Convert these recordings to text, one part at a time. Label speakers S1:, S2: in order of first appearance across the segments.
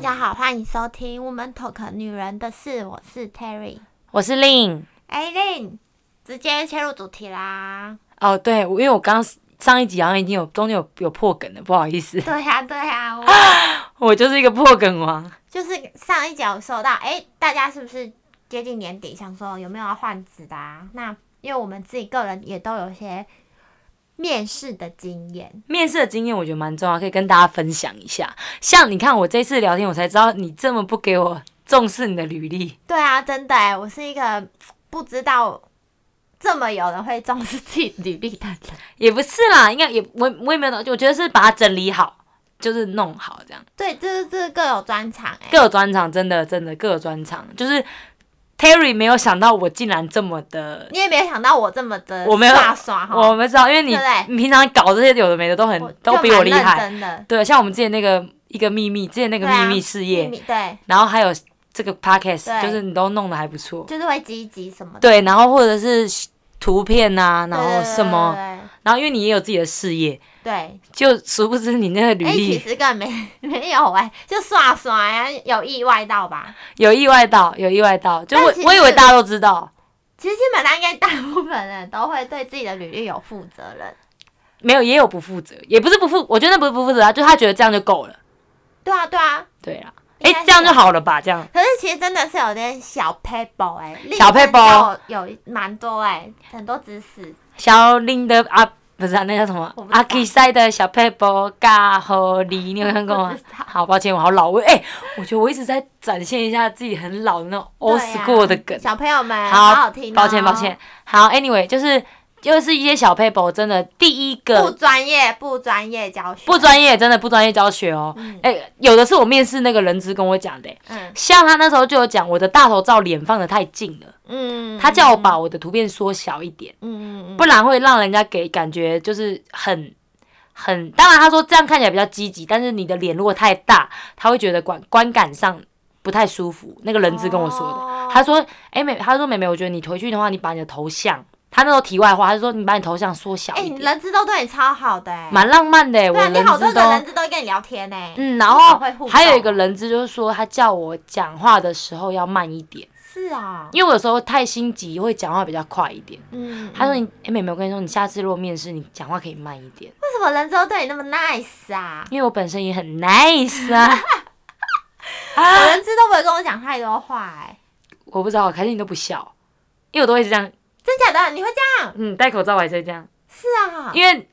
S1: 家好，欢迎收听《我们 Talk 女人的事》，我是 Terry。
S2: 我是令。
S1: 哎，Lin，直接切入主题啦。
S2: 哦，对，因为我刚上一集好像已经有中间有有破梗了，不好意思，
S1: 对呀、对呀、我
S2: 我就是一个破梗王。
S1: 就是上一脚收到，哎、大家是不是接近年底，想说有没有要换职的啊？那因为我们自己个人也都有一些面试的经验，
S2: 面试的经验我觉得蛮重要，可以跟大家分享一下。像你看我这次聊天，我才知道你这么不给我重视你的履历，
S1: 对啊，真的哎、我是一个不知道这么有人会重视自己履历的人。
S2: 也不是啦，应该也我我也没有到，我觉得是把它整理好，就是弄好这样。
S1: 对，这是这是各有专长哎、
S2: 各有专场，真的真的各有专场，就是 Terry 没有想到我竟然这么的。
S1: 你也没有想到我这么的
S2: 我没有
S1: 刷刷哈，
S2: 我们知道，因为你
S1: 对不对
S2: 你平常搞这些有的没的都很
S1: 我
S2: 都
S1: 就
S2: 比我
S1: 蛮
S2: 厉
S1: 认
S2: 害，
S1: 真的
S2: 对，像我们之前那个一个秘密，之前那个
S1: 对啊
S2: 秘密事
S1: 秘
S2: 业，
S1: 密对，
S2: 然后还有这个 podcast，
S1: 对
S2: 就是你都弄得还不错。
S1: 就是会积极什么的，
S2: 对，然后或者是图片啊，然后什么，
S1: 么
S2: 然后因为你也有自己的事业，
S1: 对，
S2: 就殊不知你那个履
S1: 哎、其
S2: 历
S1: 实根本没 没有哎、就刷刷呀、有意外到吧？
S2: 有意外到，有意外到，就
S1: 但
S2: 我
S1: 其实
S2: 我以为大家都知道，
S1: 其实基本上应该大部分人都会对自己的履历有负责任，
S2: 没有也有不负责，也不是不负，我觉得那不是不负责啊，就他觉得这样就够了，
S1: 对啊对啊。
S2: 对啦，
S1: 应
S2: 哎、
S1: 该是
S2: 这样就好了吧，这样。
S1: 可是其实真的是有点小 paper 哎、
S2: 小
S1: 令人
S2: paper 哦
S1: 有有蛮多哎、很多知识，
S2: 小林的啊，不是、啊、那叫什么
S1: 我不知道
S2: 阿基塞的小佩波嘎和梨，你有看过
S1: 不
S2: 吗
S1: 知道？
S2: 好抱歉，我好老，我哎、我觉得我一直在展现一下自己很老的那种 old
S1: 对啊
S2: school 的梗。
S1: 小朋友们
S2: 好
S1: 好听、哦
S2: 抱歉，抱歉，。好，anyway，就是又是一些小佩波，真的第一
S1: 不
S2: 个
S1: 专业，不专业教学，
S2: 不专业，真的不专业教学哦。
S1: 嗯
S2: 哎、有的是我面试那个人资跟我讲的、
S1: 嗯
S2: 像他那时候就有讲，我的大头照脸放的太近了，
S1: 嗯，
S2: 他叫我把我的图片缩小一点。
S1: 嗯嗯嗯，
S2: 不然会让人家给感觉就是很很。当然，他说这样看起来比较积极，但是你的脸如果太大，他会觉得观观感上不太舒服。那个人资跟我说的，
S1: 哦
S2: 他说：“哎、妹，他说妹妹，我觉得你回去的话，你把你的头像，他那时候题外话，他就说你把你头像缩小
S1: 哎、
S2: 一
S1: 你
S2: 点，
S1: 人资都对你超好的、欸，
S2: 蛮、浪漫的、欸。
S1: 对
S2: 我
S1: 啊，你
S2: 人
S1: 好多
S2: 资
S1: 个
S2: 都。
S1: 人资都会跟你聊天呢、欸。
S2: 嗯，然
S1: 好
S2: 后
S1: 会互动
S2: 还有一个人资就是说，他叫我讲话的时候要慢一点，
S1: 是啊，
S2: 因为我有时候太心急会讲话比较快一点。
S1: 嗯，
S2: 他说
S1: 嗯
S2: 你：“哎、妹妹，我跟你说，你下次如果面试，你讲话可以慢一点，
S1: 为什么人资都对你那么 nice 啊？
S2: 因为我本身也很 nice 啊。
S1: 我人资都不会跟我讲太多话、欸，
S2: 我不知道，可是你都不笑，因为我都会这样，
S1: 真假的？你会这样？
S2: 嗯，戴口罩我还是会这样，
S1: 是啊，
S2: 因为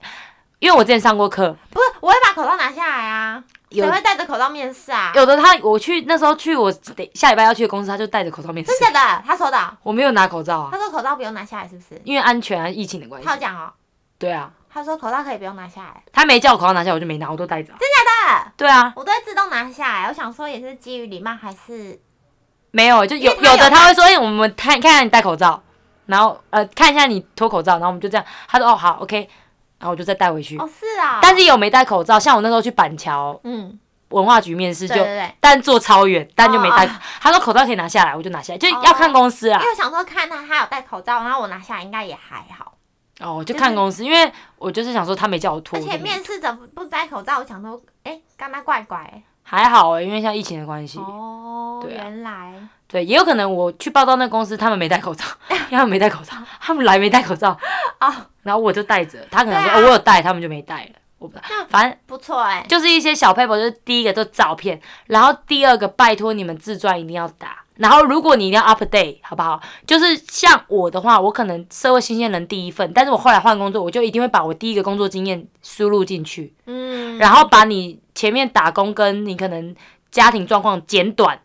S2: 因为我之前上过课，
S1: 不是，我会把口罩拿下来啊。谁
S2: 有
S1: 会戴着口罩面试啊？
S2: 有的他我去那时候去我得下礼拜要去的公司，他就戴着口罩面试
S1: 真，假的？他说的，
S2: 我没有拿口罩
S1: 他
S2: 啊，
S1: 说口罩不用拿下来，是不是？
S2: 因为安全啊，疫情的关系
S1: 他。有讲哦，
S2: 对啊，
S1: 他说口罩可以不用拿下来，
S2: 他没叫我口罩拿下，我就没拿，我都戴着啊。
S1: 真的，
S2: 对啊，
S1: 我都会自动拿下来。我想说也是基于礼貌，还是
S2: 没有，就有
S1: 因为他
S2: 有的
S1: 有
S2: 他会说，哎、我们看看一下你戴口罩，然后呃看一下你脱口罩，然后我们就这样，他说哦好 OK，然后我就再戴回去。
S1: 哦是啊，
S2: 嗯但是有没戴口罩，像我那时候去板桥
S1: 嗯，
S2: 文化局面试
S1: 对
S2: 就，
S1: 对对。
S2: 但坐超远，但就没戴。
S1: 哦
S2: 他说口罩可以拿下来，我就拿下来，就
S1: 哦
S2: 要看公司啊啦
S1: 因。为我想说看他他有戴口罩，然后我拿下来应该也还好。
S2: 哦，
S1: 就
S2: 就
S1: 是
S2: 看公司，因为我就是想说他没叫我脱，
S1: 而
S2: 我就
S1: 且
S2: 没
S1: 面试者不戴口罩，我想说，哎、干他怪怪、欸。
S2: 还好、欸，因为现在疫情的关系，
S1: 哦，
S2: 对啊
S1: 原来
S2: 对，也有可能我去报道那公司，他们没 戴口罩，因为他们没戴口罩，他们来没戴口罩，
S1: 哦，
S2: 然后我就戴着，他可能说、
S1: 对啊
S2: 哦我有戴，他们就没戴了，我不知道
S1: 那，
S2: 反正
S1: 不错哎、
S2: 就是一些小 paper，就是第一个就照片，然后第二个拜托你们自传一定要打，然后如果你一定要 update 好不好？就是像我的话，我可能社会新鲜人第一份，但是我后来换工作，我就一定会把我第一个工作经验输入进去，
S1: 嗯，
S2: 然后把你前面打工跟你可能家庭状况简短。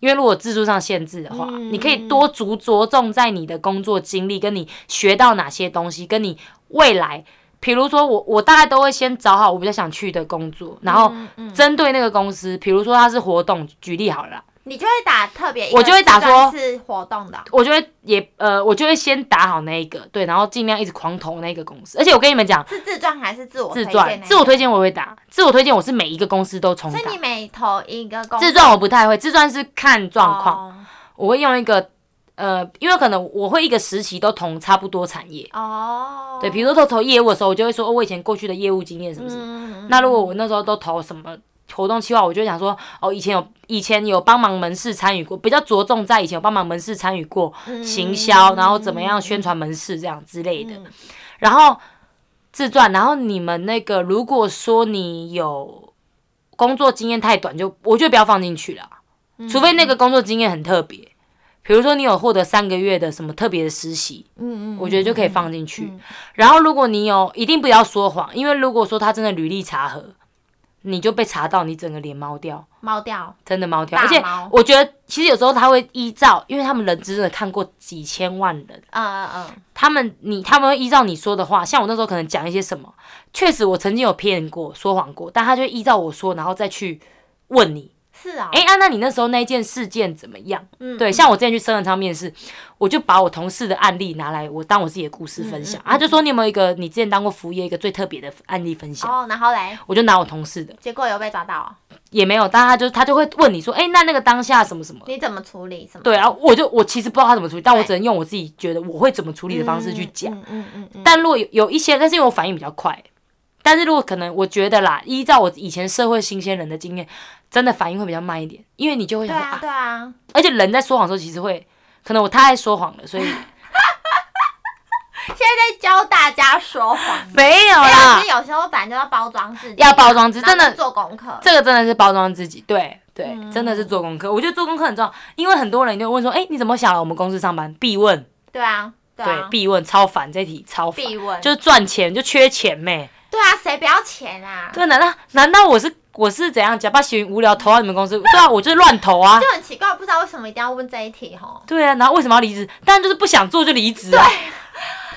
S2: 因为如果字数上限制的话，
S1: 嗯
S2: 你可以多着着重在你的工作经历，跟你学到哪些东西，跟你未来，比如说我我大概都会先找好我比较想去的工作，然后
S1: 嗯嗯
S2: 针对那个公司，比如说它是活动，举例好了啦，
S1: 你就会打特别一个
S2: 我就会打
S1: 字段
S2: 说
S1: 是活动的哦，
S2: 我就会也呃，我就会先打好那一个，对，然后尽量一直狂投那个公司。而且我跟你们讲，
S1: 是自传还是自我
S2: 自
S1: 推荐
S2: 传、
S1: 那
S2: 自我
S1: 种
S2: 推荐我会打，自我推荐我是每一个公司都重
S1: 所以
S2: 打
S1: 你。每投一个工
S2: 自传我不太会，自传是看状况，
S1: 况
S2: 我会用一个呃，因为可能我会一个时期都同差不多产业，
S1: 哦，
S2: 对，比如说都投业务的时候，我就会说哦，我以前过去的业务经验什么什么。
S1: 嗯，嗯嗯
S2: 那如果我那时候都投什么活动计划，我就想说，哦，以前有以前有帮忙门市参与过，比较着重在以前有帮忙门市参与过
S1: 嗯
S2: 行销，然后怎么样宣传门市这样之类的。
S1: 嗯
S2: 然后自传，然后你们那个如果说你有工作经验太短，就我就不要放进去了，
S1: 嗯
S2: 除非那个工作经验很特别，比如说你有获得三个月的什么特别的实习，
S1: 嗯嗯，
S2: 我觉得就可以放进去。
S1: 嗯
S2: 然后如果你有，一定不要说谎，因为如果说他真的履历查核，你就被查到，你整个脸猫掉。
S1: 猫掉，
S2: 真的猫掉，
S1: 大
S2: 啊而且
S1: 猫
S2: 我觉得其实有时候他会依照，因为他们人真的看过几千万人，
S1: 嗯嗯嗯，
S2: 他们你他们会依照你说的话，像我那时候可能讲一些什么，确实我曾经有骗过、说谎过，但他就依照我说，然后再去问你，
S1: 是啊，
S2: 哎、啊，那你那时候那件事件怎么样？
S1: 嗯
S2: 对，像我之前去生人昌面试，我就把我同事的案例拿来我当我自己的故事分
S1: 嗯
S2: 享，他就说你有没有一个你之前当过服务业一个最特别的案例分享？
S1: 哦，然后嘞，
S2: 我就拿我同事的，
S1: 结果有被抓到，
S2: 也没有，但他就他就会问你说，哎、那那个当下什么什么。
S1: 你怎么处理？什么？
S2: 对啊，我就我其实不知道他怎么处理，但我
S1: 对
S2: 只能用我自己觉得我会怎么处理
S1: 嗯，
S2: 的方式去讲。
S1: 嗯嗯嗯嗯，
S2: 但如果有有一些，但是因为我反应比较快，但是如果可能，我觉得啦，依照我以前社会新鲜人的经验，真的反应会比较慢一点，因为你就会
S1: 对
S2: 想说
S1: 啊
S2: 啊，
S1: 对啊，
S2: 而且人在说谎的时候，其实会，可能我太爱说谎了，所以
S1: 现在在教大家说谎。
S2: 没有
S1: 没有，其
S2: 啦
S1: 实，有时候反正就要包装自己，
S2: 要包装自己
S1: 然后
S2: 真的
S1: 做功课。
S2: 这个真的是包装自己，对。对，
S1: 嗯
S2: 真的是做功课。我觉得做功课很重要，因为很多人就会问说：“哎、你怎么想来我们公司上班？”必问，
S1: 对啊，对
S2: 对，
S1: 啊，
S2: 必问，超烦，这题超烦，
S1: 必问。
S2: 就是赚钱就缺钱呗、
S1: 对啊，谁不要钱啊？
S2: 对，难道难道我是我是怎样假扮闲云无聊投到你们公司？对啊，我就是乱投啊
S1: 就。很奇怪，不知道为什么一定要问这一题吼。
S2: 对啊，然后为什么要离职？但就是不想做就离职、啊。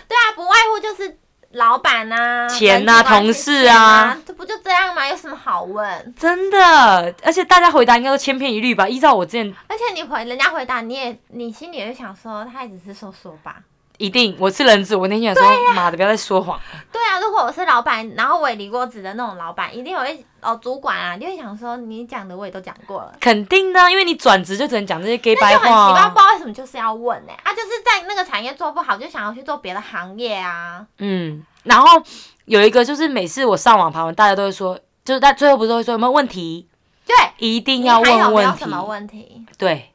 S1: 对啊，不外乎就是老板呐、
S2: 钱
S1: 呐、
S2: 啊同事啊
S1: 钱，这不就这样吗？有什么好问？
S2: 真的，而且大家回答应该都千篇一律吧？依照我之前，
S1: 而且你回人家回答，你也你心里也想说，他也只是说说吧。
S2: 一定我是人质，我那天想
S1: 啊
S2: 说，妈的，不要再说谎。
S1: 对啊，如果我是老板，然后我也离过职的那种老板，一定有一哦主管啊，就会想说你讲的我也都讲过了。
S2: 肯定的啊，因为你转职就只能讲这些 gay
S1: 那
S2: 白
S1: 就很
S2: 话
S1: 奇怪，不知
S2: 啊。
S1: 道为什么就是要问呢、啊，就是在那个产业做不好，就想要去做别的行业啊。
S2: 嗯，然后有一个就是每次我上网爬文，大家都会说，就是在最后不是都会说有没有问题？
S1: 对，
S2: 一定
S1: 你
S2: 要
S1: 还
S2: 问
S1: 有没有
S2: 问题
S1: 什。么问题？
S2: 对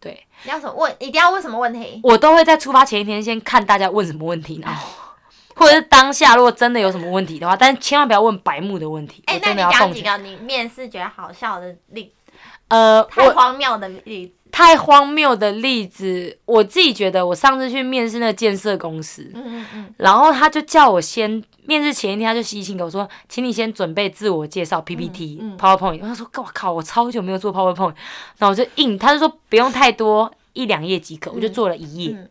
S2: 对，
S1: 你要什么问？一定要问什么问题？
S2: 我都会在出发前一天先看大家问什么问题，然后或者是当下如果真的有什么问题的话，但千万不要问白目的问题，
S1: 哎、
S2: 我
S1: 那
S2: 真
S1: 你
S2: 的要
S1: 讲
S2: 奉
S1: 几
S2: 劝。
S1: 个你面试觉得好笑的例子，
S2: 呃，
S1: 太
S2: 我
S1: 荒谬的例子。
S2: 太荒谬的例子，我自己觉得，我上次去面试那个建设公司，
S1: 嗯嗯嗯，
S2: 然后他就叫我先面试前一天，他就私信给我说，请你先准备自我介绍 PPT、
S1: 嗯
S2: PowerPoint。我说，我靠，我超久没有做 PowerPoint，然后我就硬，他就说不用太多，一两页即可，我就做了一页。
S1: 嗯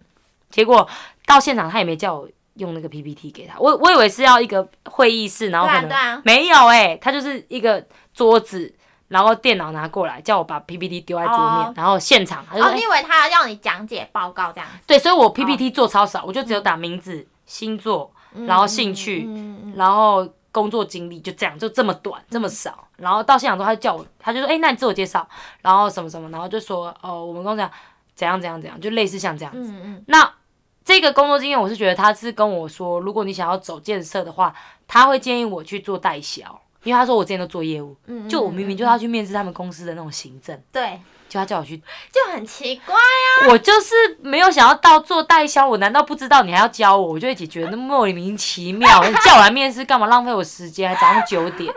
S2: 结果到现场他也没叫我用那个 PPT 给他，我我以为是要一个会议室，然后可能、
S1: 对啊对啊
S2: 没有哎、他就是一个桌子，然后电脑拿过来叫我把 PPT 丢在桌面，
S1: 哦
S2: 然后现场他就说、
S1: 哦，你嗯
S2: 哎
S1: 以为他要你讲解报告这样子？
S2: 对，所以我 PPT 做超少，我就只有打名字、星座，然后兴趣，
S1: 嗯嗯
S2: 然后工作经历就这样，就这么短，这么少。然后到现场之后，他就叫我，他就说：“哎、那你自我介绍，然后什么什么，然后就说哦，我们公司怎样怎样怎样，就类似像这样子。
S1: 嗯嗯，
S2: 那这个工作经验，我是觉得他是跟我说，如果你想要走建设的话，他会建议我去做代销，因为他说我之前都做业务，
S1: 嗯嗯
S2: 就我明明就要去面试他们公司的那种行政，
S1: 对，
S2: 就他叫我去，
S1: 就很奇怪啊。
S2: 我就是没有想要到做代销，我难道不知道你还要教我？我就会解决那莫名其妙，你叫我来面试干嘛？浪费我时间，还早上九点，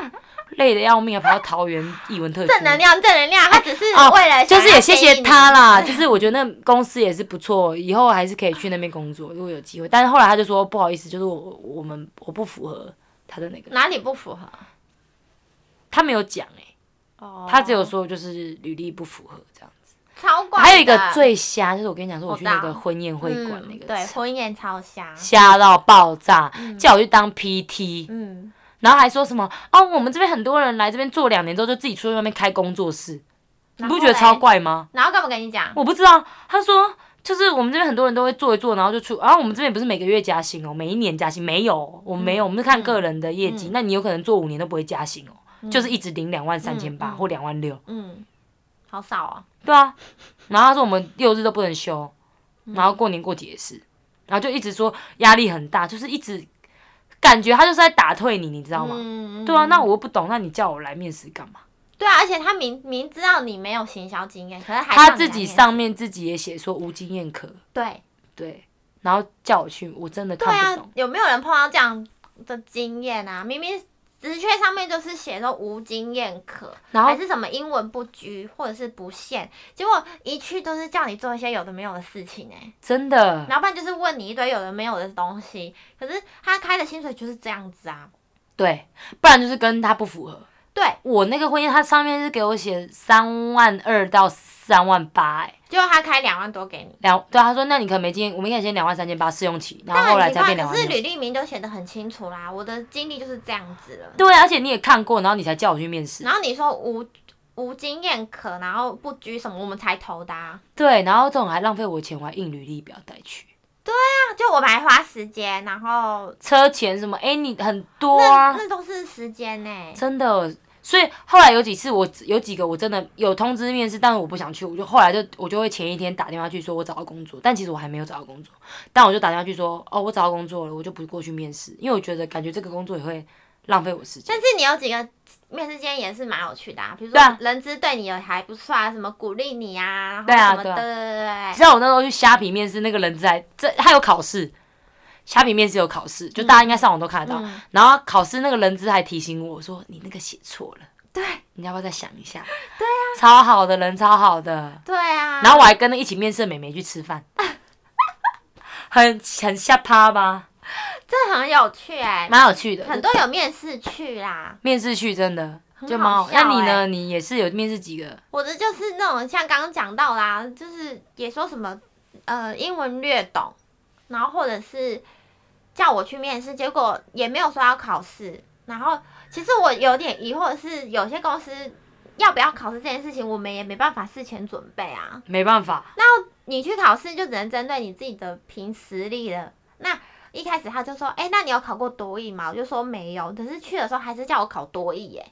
S2: 累得要命，还跑到桃园艺文特区。
S1: 正能量，正能量，他只是
S2: 哦
S1: 为了
S2: 就
S1: 想
S2: 是
S1: 要
S2: 也谢
S1: 建议
S2: 谢
S1: 你
S2: 他。啦，就是我觉得那公司也是不错，以后还是可以去那边工作，如果有机会。但是后来他就说不好意思，就是我我我们我不符合他的那个，
S1: 哪里不符合？
S2: 他没有讲哎、
S1: 哦
S2: 他只有说就是履历不符合这样子。
S1: 超怪的。
S2: 还有一个最瞎就是我跟你讲，说我去
S1: 我知
S2: 那
S1: 道
S2: 个婚宴会馆
S1: 嗯
S2: 那个，
S1: 对，婚宴超瞎。
S2: 瞎到爆炸，叫我去当 PT，
S1: 嗯，
S2: 然后还说什么哦，我们这边很多人来这边做两年之后就自己出去外面开工作室，你
S1: 然
S2: 不
S1: 后
S2: 觉得超
S1: 嘞？
S2: 怪吗？
S1: 然后干嘛跟你讲？
S2: 我不知道，他说就是我们这边很多人都会做一做，然后就出，然啊后我们这边不是每个月加薪哦，每一年加薪没有哦，我们没有，
S1: 嗯
S2: 我们是看个人的业绩，那你有可能做五年都不会加薪哦，就是一直领两万三千八或两万六，
S1: 嗯，好少哦。
S2: 对啊，然后他说我们六日都不能休，
S1: 嗯
S2: 然后过年过节也是，然后就一直说压力很大，就是一直感觉他就是在打退你，你知道吗？啊
S1: 嗯，
S2: 对啊，那我又不懂，那你叫我来面试干嘛？
S1: 对啊，而且他明明知道你没有行销经验，可是还
S2: 他
S1: 让你
S2: 自
S1: 来
S2: 己
S1: 面试
S2: 上面自己也写说无经验可，
S1: 对
S2: 对，然后叫我去，我真的
S1: 对
S2: 看不
S1: 啊
S2: 懂。，
S1: 有没有人碰到这样的经验啊？明明职缺上面就是写说无经验可，
S2: 然后
S1: 还是什么英文不拘或者是不限，结果一去都是叫你做一些有的没有的事情哎、
S2: 真的，
S1: 然后不然就是问你一堆有的没有的东西，可是他开的薪水就是这样子啊。
S2: 对，不然就是跟他不符合。
S1: 对，
S2: 我那个婚姻，他上面是给我写三万二到三万八，哎，
S1: 结果他开两万多给你，
S2: 两对啊他说，那你可能没经验，我们应该先两万三千八试用期，然后
S1: 那
S2: 后来
S1: 很奇
S2: 才
S1: 怪，
S2: 变两
S1: 可
S2: 万
S1: 是
S2: 六。
S1: 履历名都写的很清楚啦，我的经历就是这样子了。
S2: 对，而且你也看过，然后你才叫我去面试。
S1: 然后你说无无经验可，然后不拘什么，我们才投的、啊。
S2: 对，然后这种还浪费我钱，我还印履历表带去，
S1: 那就我们还花时间，然后
S2: 车钱什么，哎，你很多
S1: 那
S2: 啊，
S1: 那都是时间呢、
S2: 真的。所以后来有几次我有几个我真的有通知面试，但是我不想去，我就后来就我就会前一天打电话去说我找到工作，但其实我还没有找到工作，但我就打电话去说哦我找到工作了，我就不过去面试，因为我觉得感觉这个工作也会浪费我时间。
S1: 但是你有几个面试经验也是蛮有趣的啊，比如
S2: 对啊
S1: 说人资对你也还不错啊，什么鼓励你啊，
S2: 对啊
S1: 然后什么
S2: 对啊
S1: 的，对
S2: 你知道我那时候去虾皮面试，那个人在这他有考试，虾皮面试有考试，就大家应该上网都看得到。
S1: 嗯
S2: 然后考试那个人资还提醒我说：“你那个写错了，
S1: 对对
S2: 你要不要再想一 下？”对啊，超好的人，超好的。
S1: 对啊。
S2: 然后我还跟那一起面试的美眉去 吃饭，很很下趴吧，
S1: 啊这很有趣哎、
S2: 蛮有趣的。
S1: 很多有面试去啦，
S2: 面试去真的
S1: 很
S2: 就蛮好。
S1: 好笑
S2: 那你呢？
S1: 欸
S2: 你也是有面试几个？
S1: 我的就是那种像刚刚讲到啦，就是也说什么呃英文略懂，然后或者是叫我去面试，结果也没有说要考试。然后其实我有点疑惑的是，有些公司要不要考试这件事情，我们也没办法事前准备啊。
S2: 没办法，
S1: 你去考试就只能针对你自己的凭实力了。那一开始他就说：“哎、那你有考过多译吗？”我就说没有，可是去的时候还是叫我考多译耶。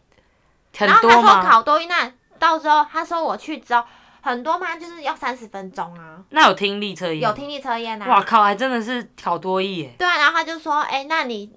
S2: 很
S1: 然后他
S2: 多
S1: 说
S2: 吗？
S1: 考多译，那到时候他说我去之后很多吗？就是要三十分钟啊，
S2: 那有听力测验？
S1: 有。听力测验
S2: 哇
S1: 啊。
S2: 靠，还真的是考多艺耶。
S1: 对啊，然后他就说：“哎、那你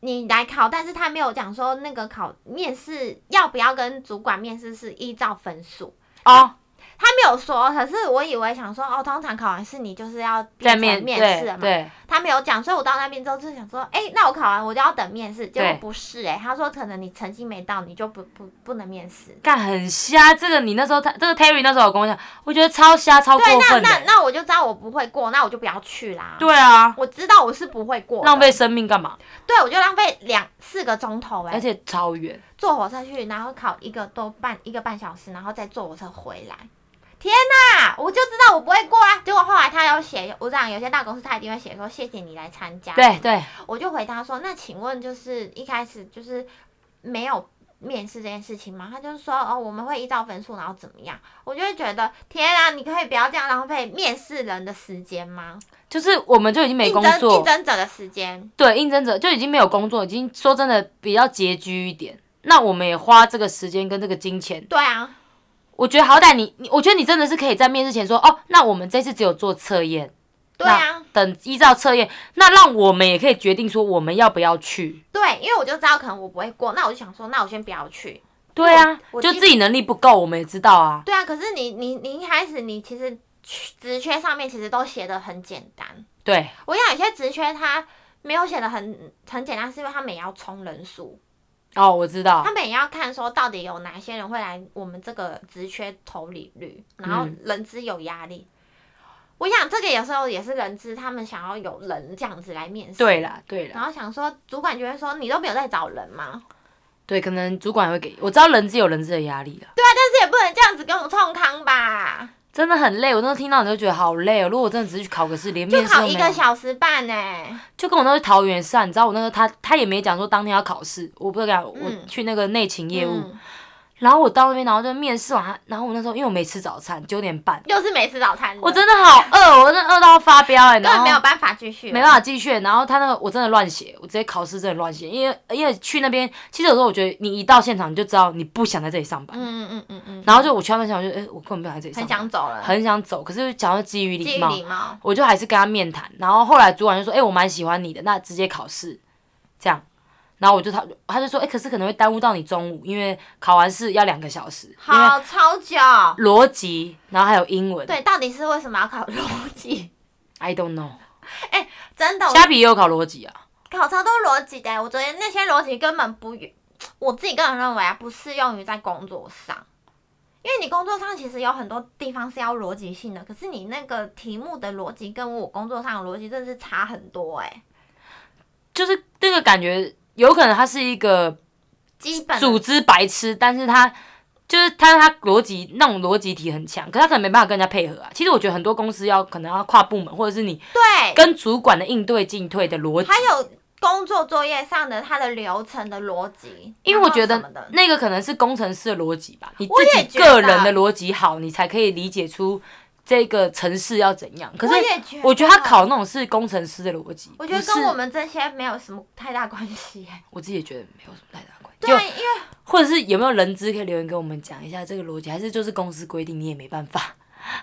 S1: 你来考，但是他没有讲说那个考面试要不要跟主管面试是依照分数。”
S2: 哦，
S1: 他没有说，可是我以为想说哦，通常考完试你就是要变
S2: 在
S1: 成
S2: 面
S1: 面试了啊
S2: 对
S1: 嘛，
S2: 对，
S1: 他没有讲，所以我到那边之后就想说，哎、那我考完我就要等面试，结果不是哎、他说可能你成绩没到，你就不不不能面试。
S2: 干很瞎。这个你那时候他这个 Terry 那时候有跟我讲，我觉得超瞎超
S1: 对，
S2: 哦过
S1: 那
S2: 分
S1: 那
S2: 的。
S1: 那我就知道我不会过，那我就不要去啦。
S2: 对啊，
S1: 我知道我是不会过的，
S2: 浪费生命干嘛？
S1: 对我就浪费两四个钟头哎、
S2: 而且超远，
S1: 坐火车去，然后考一个多半一个半小时，然后再坐火车回来。天呐，我就知道我不会过啊！结果后来他要写，我讲有些大公司他一定会写说谢谢你来参加，
S2: 对对，
S1: 我就回答说：“那请问，就是一开始就是没有面试这件事情吗？”他就说：“哦，我们会依照分数，然后怎么样？”我就会觉得天啊，你可以不要这样浪费面试人的时间吗？
S2: 就是我们就已经没
S1: 应
S2: 工
S1: 征应
S2: 作，
S1: 征者的时间，
S2: 对应征者就已经没有工作，已经说真的比较拮据一点。那我们也花这个时间跟这个金钱，
S1: 对啊，
S2: 我觉得好歹你，你我觉得你真的是可以在面试前说，哦，那我们这次只有做测验，
S1: 对啊，
S2: 等依照测验，那让我们也可以决定说我们要不要去。
S1: 对，因为我就知道可能我不会过，那我就想说，那我先不要去。
S2: 对啊
S1: 我，我
S2: 就
S1: 记
S2: 自己能力不够，我们也知道啊。
S1: 对啊，可是你你你一开始你其实职缺上面其实都写的很简单，
S2: 对，
S1: 我想有些职缺它没有写的很很简单，是因为他们也要冲人数。
S2: 哦，我知道，
S1: 他们也要看说到底有哪些人会来我们这个职缺投履率，然后
S2: 嗯
S1: 人资有压力。我想这个有时候也是人资他们想要有人这样子来面试，
S2: 对啦，对啦，
S1: 然后想说主管就会说你都没有在找人吗？
S2: 对，可能主管会给我知道人资有人资的压力了，
S1: 对啊，但是也不能这样子跟我们冲康吧，
S2: 真的很累。我那时候听到你就觉得好累哦。如果我真的只是去考个试，连
S1: 就
S2: 面试
S1: 考
S2: 都
S1: 一
S2: 没
S1: 个
S2: 有，
S1: 小时半呢、
S2: 就跟我那时候去桃园上，你知道我那时候他他也没讲说当天要考试，我不敢，我
S1: 嗯
S2: 去那个内勤业务，
S1: 嗯
S2: 然后我到那边，然后就面试完，然后我那时候因为我没吃早餐，九点半，
S1: 又是没吃早餐的，
S2: 我真的好饿，我真的饿到发飙哎、欸，
S1: 根
S2: 然
S1: 本
S2: 后
S1: 没有办法继续，
S2: 没办法继续。然后他那个我真的乱写，我直接考试真的乱写，因为因为去那边，其实有时候我觉得你一到现场你就知道你不想在这里上班，
S1: 嗯，嗯嗯嗯嗯，
S2: 然后就我去到那现场我就哎、诶我根本不想在这里上
S1: 很
S2: 班，
S1: 想走了，
S2: 很想走，可是想要基于
S1: 基
S2: 礼
S1: 于
S2: 貌，
S1: 礼貌，
S2: 我就还是跟他面谈。然后后来主管就说，哎、我蛮喜欢你的，那直接考试这样。然后我就他他就说，哎、可是可能会耽误到你中午，因为考完试要两个小时，因为
S1: 好超久。
S2: 逻辑，然后还有英文。
S1: 对，到底是为什么要考 逻辑？
S2: I don't know。
S1: 真的，我
S2: 虾皮也有考逻辑啊，
S1: 考超多逻辑的。我觉得那些逻辑根本不，我自己个人认为啊，不适用于在工作上，因为你工作上其实有很多地方是要逻辑性的，可是你那个题目的逻辑跟我工作上的逻辑真的是差很多哎、
S2: 就是那个感觉，有可能他是一个
S1: 基本
S2: 组织白痴，但是他就是他他逻辑那种逻辑题很强，可他可能没办法跟人家配合啊。其实我觉得很多公司要可能要跨部门，或者是你
S1: 对，
S2: 跟主管的应对进退的逻辑，
S1: 还有工作作业上的它的流程的逻辑，
S2: 因为我觉
S1: 然后什么
S2: 得
S1: 的
S2: 那个可能是工程师的逻辑吧，你
S1: 我也
S2: 自己
S1: 觉得
S2: 个人的逻辑好，你才可以理解出这个城市要怎样。可是
S1: 我也觉
S2: 我觉得他考那种是工程师的逻辑，
S1: 我觉得
S2: 不是
S1: 跟我们这些没有什么太大关系耶、
S2: 我自己也觉得没有什么太大关系。
S1: 对
S2: 就
S1: 啊，因为
S2: 或者是有没有人资可以留言给我们讲一下这个逻辑，还是就是公司规定你也没办法？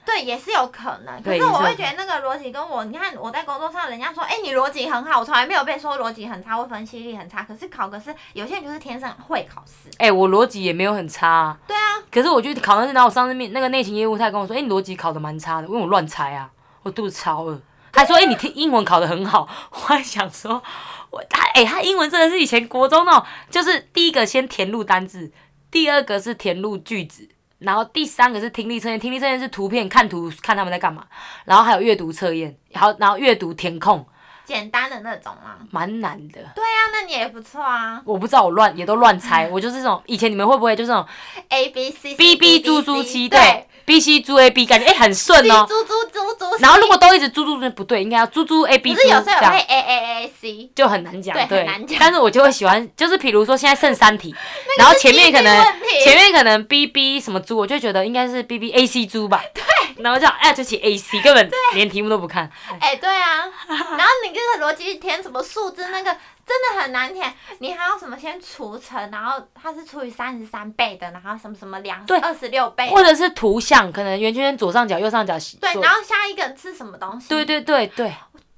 S1: 对也是有可能，可
S2: 对
S1: 是我
S2: 也是
S1: 会
S2: 有
S1: 觉
S2: 可
S1: 得那个逻辑跟我，你看我在工作上，人家说，哎、你逻辑很好，我从来没有被说逻辑很差或分析力很差，可是考个试，有些人就是天生会考试，
S2: 哎、我逻辑也没有很差、啊，
S1: 对啊，
S2: 可是我去考那然后我上次面那个内勤业务，他还跟我说，哎、你逻辑考的蛮差的，因为我乱猜啊，我肚子超饿。他说，哎、你听英文考的很好， 我还想说，我他哎、他英文真的是以前国中那种，就是第一个先填入单字，第二个是填入句子。然后第三个是听力测验，听力测验是图片看图看他们在干嘛，然后还有阅读测验，然后然后阅读填空，
S1: 简单的那种嘛。
S2: 蛮难的。
S1: 对啊，那你也不错啊
S2: 我不知道，我乱也都乱猜，我就是这种。以前你们会不会就是那种
S1: ，A B C E
S2: B B 猪猪
S1: 猪
S2: 七
S1: 对
S2: 对，B C 猪 A B 感觉哎、很顺
S1: ，C
S2: 哦。
S1: 猪猪猪猪，
S2: 然后如果都一直猪猪猪不对，应该要猪猪 A
S1: 可
S2: B 猪
S1: 是有时
S2: 这
S1: 候也会
S2: 样
S1: A A A C，
S2: 就很难讲
S1: 对，
S2: 对
S1: 很难讲。
S2: 但是我就会喜欢，就是比如说现在剩三题，然后前面可能
S1: 问题
S2: 前面可能 B B 什么猪，我就觉得应该是 B B A C 猪吧。对，然后就哎就起 A C，根本连题目都不看。
S1: 哎、对啊，然后你这个逻辑填什么数字，那个真的很难填。你还要什么先除乘，然后它是除以三十三倍的，然后什么什么两
S2: 对
S1: 二十六倍，
S2: 或者是图像，可能圆圈圈左上角、右上角，
S1: 哎对，
S2: 左
S1: 然后下一个是什么东西？
S2: 对，对对对。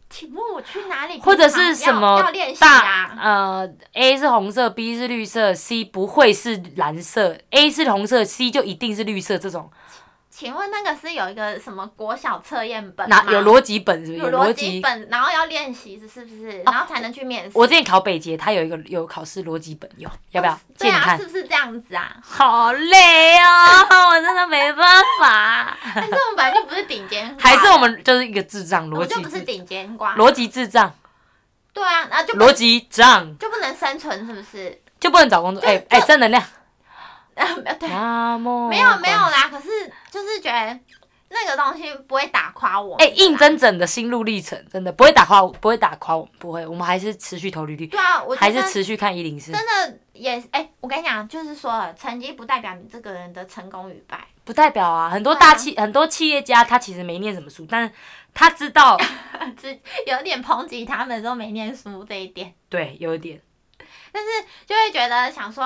S1: 请问我去哪里？
S2: 或者
S1: 平常
S2: 是
S1: 要
S2: 什么
S1: 要练习
S2: 大
S1: 啊？
S2: 呃 A 是红色，B 是绿色，C 不会是蓝色，A 是红色，C 就一定是绿色这种。
S1: 请问那个是有一个什么国小测验本
S2: 哪
S1: 吗
S2: 有逻辑本是不是？
S1: 有
S2: 逻
S1: 逻辑
S2: 辑。
S1: 本，然后要练习是是不是？然后才能去面试。
S2: 我之前考北捷，它有一个有考试逻辑本，有要不要
S1: 哦？对
S2: 借你
S1: 啊，
S2: 看
S1: 是。不是这样子啊？
S2: 好累哦，我真的没办法。
S1: 但是我们哎本来就不是顶尖挂的，
S2: 还是我们就是一个智障，
S1: 我
S2: 逻
S1: 们
S2: 辑
S1: 就不是
S2: 智
S1: 顶尖瓜。
S2: 逻辑智障，
S1: 对啊，然后就不
S2: 逻辑障
S1: 就不能生存，是不是？
S2: 就不能找工作。
S1: 就
S2: 哎哎，
S1: 就
S2: 正能量。
S1: 啊，没有对，
S2: 阿莫
S1: 没有没有。啦。可是就是觉得那个东西不会打垮我。
S2: 哎、硬真正的心路历程，真的不会打垮我，不会打垮我们，不会，我们还是持续投履历，
S1: 对啊，我觉
S2: 还是
S1: 得
S2: 持续看一零四，
S1: 真的也哎、我跟你讲，就是说了，成绩不代表你这个人的成功与败。
S2: 不代表啊，很多
S1: 对啊
S2: 大企、很多企业家他其实没念什么书，但是他知 道，
S1: 这有点抨击他们都没念书这一点，
S2: 对，有一点，
S1: 就会觉得想说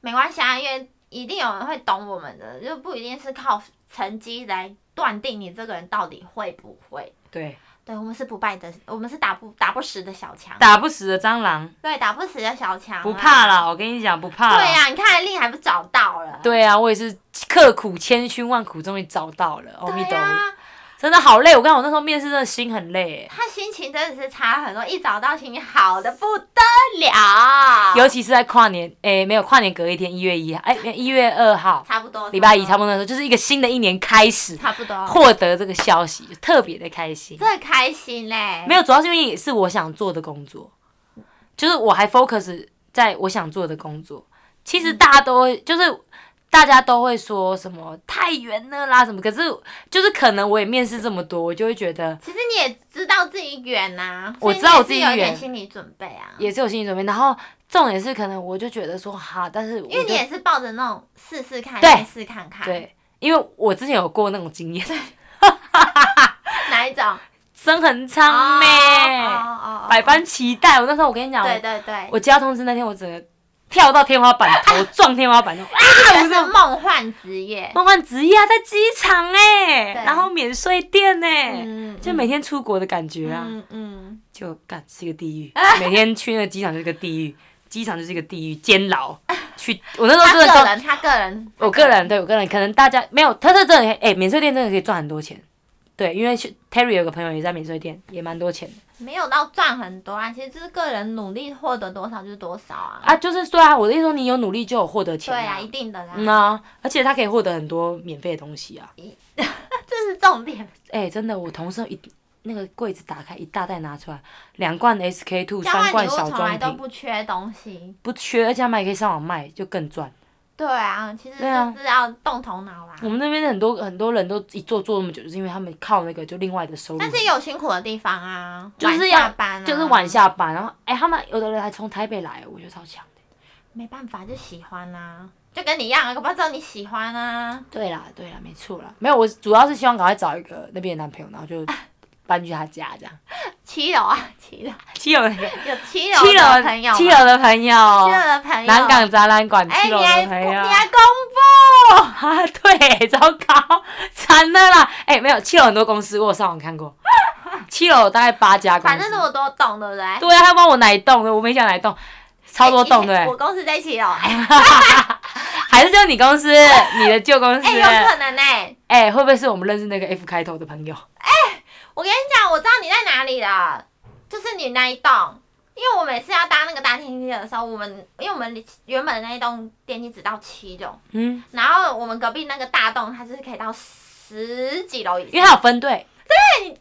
S1: 没关系啊，因为一定有人会懂我们的，就不一定是靠成绩来断定你这个人到底会不会。
S2: 对，
S1: 对我们是不败的，我们是打不打不死的小强，
S2: 打不死的蟑螂，
S1: 对，打不死的小强，啊
S2: 不怕啦，我跟你讲，不怕
S1: 对
S2: 啦，
S1: 呀、你看令还不找到了。
S2: 对啊，我也是刻苦千辛万苦，终于找到了，阿弥
S1: 对
S2: 陀佛，
S1: 呀、
S2: 真的好累，我刚我那时候面试真的心很累、哎
S1: 他心情真的是差很多，一找到心情好的不得了。
S2: 尤其是在跨年，哎、没有跨年隔一天，一月一，哎，没有一月二号，
S1: 差不多，
S2: 礼拜一，差不多那时候，就是一个新的一年开始，
S1: 差不 多，
S2: 获得这个消息，就特别的开心。
S1: 这开心嘞。
S2: 没有，主要是因为也是我想做的工作，就是我还 focus 在我想做的工作。其实大家都会，
S1: 嗯
S2: 就是大家都会说什么太远了啦什么，可是就是可能我也面试这么多，我就会觉得
S1: 其实你也知道自己远呐、
S2: 我
S1: 所以
S2: 知
S1: 你也
S2: 道我
S1: 是
S2: 自己
S1: 有一点
S2: 远
S1: 心理准备啊，
S2: 也是有心理准备。然后重点是，可能我就觉得说哈，但是我
S1: 因为你
S2: 就
S1: 也是抱着那种试试看、
S2: 对
S1: 面试看看，，
S2: 对，因为我之前有过那种经验，
S1: 哪一种？
S2: 生很长咩，
S1: 哦哦
S2: 百般期待。我那时候我跟你讲，
S1: 对对对，
S2: 我接到通知那天，我整个跳到天花板， 头撞天花板，啊！
S1: 这
S2: 我
S1: 是
S2: 是
S1: 梦幻职业，
S2: 梦幻职业啊，在机场哎、
S1: 对
S2: 然后免税店哎、
S1: 嗯
S2: 就每天出国的感觉啊，
S1: 嗯嗯，
S2: 就干是一个地狱，每天去那个机场就是个地狱。机场就是一个地狱，监 牢。去，我那时候
S1: 他
S2: 真的
S1: 个
S2: 到，
S1: 人，他个人，
S2: 我个人对我个人，可能大家没有，他是真的可以，哎、免税店真的可以赚很多钱。对，因为去 Terry 有个朋友也在免税店，也蛮多钱的
S1: 没有到赚很多啊，其实就是个人努力获得多少就是多少啊。
S2: 啊。就是对啊，我的意思说，你有努力就有获得钱、
S1: 对啊，一定的啦，
S2: 嗯啊，而且他可以获得很多免费的东西啊。
S1: 这是重点。
S2: 哎、真的，我同事一那个柜子打开一大袋拿出来，两罐 SK two，
S1: 交
S2: 三
S1: 换
S2: 罐
S1: 礼物
S2: 小
S1: 从来
S2: 装
S1: 都
S2: 瓶，
S1: 不缺东西。
S2: 不缺，而且他们还可以上网卖，就更赚。
S1: 对啊，其实
S2: 对啊嗯
S1: 就是要动头脑啦。
S2: 我们那边很多很多人都一做做那么久，就是因为他们靠那个就另外的收入，
S1: 但是也有辛苦的地方啊，
S2: 就是
S1: 晚
S2: 要
S1: 下班啊，
S2: 就是晚下班，然后哎、他们有的人还从台北来，我觉得超强的。
S1: 没办法，就喜欢啊，就跟你一样啊，搞不好知道你喜欢啊。
S2: 对啦，对啦，没错啦，没啊有，我主要是希望赶快找一个那边的男朋友，然后就搬去他家这样。
S1: 七楼啊，七楼
S2: 七楼的朋友，
S1: 有七楼的
S2: 七楼
S1: 朋友吗，
S2: 七楼的朋友，
S1: 七楼的朋友，
S2: 南港展览馆
S1: 哎，
S2: 七楼
S1: 你还
S2: 的朋友。
S1: 你还公 布？
S2: 啊，对，糟糕，惨了啦！哎、没有，七楼很多公司，我有上网看过，七楼大概八家公司。
S1: 反正那么多栋，对不对？
S2: 对啊，他帮我哪一栋的？我没讲哪一栋，超多栋
S1: 哎
S2: 对不
S1: 我
S2: 对，
S1: 公司在七 楼，哎，
S2: 还是就你 公司，你的旧公司？
S1: 哎，有可能哎。
S2: 哎、会不会是我们认识那个 F 开头的朋友？
S1: 我跟你讲，我知道你在哪里了，就是你那一栋。因为我每次要搭那个大电梯的时候，我们因为我们原本的那一栋电梯只到七楼，
S2: 嗯，
S1: 然后我们隔壁那个大栋它是可以到十几楼以上，
S2: 因为他有分队，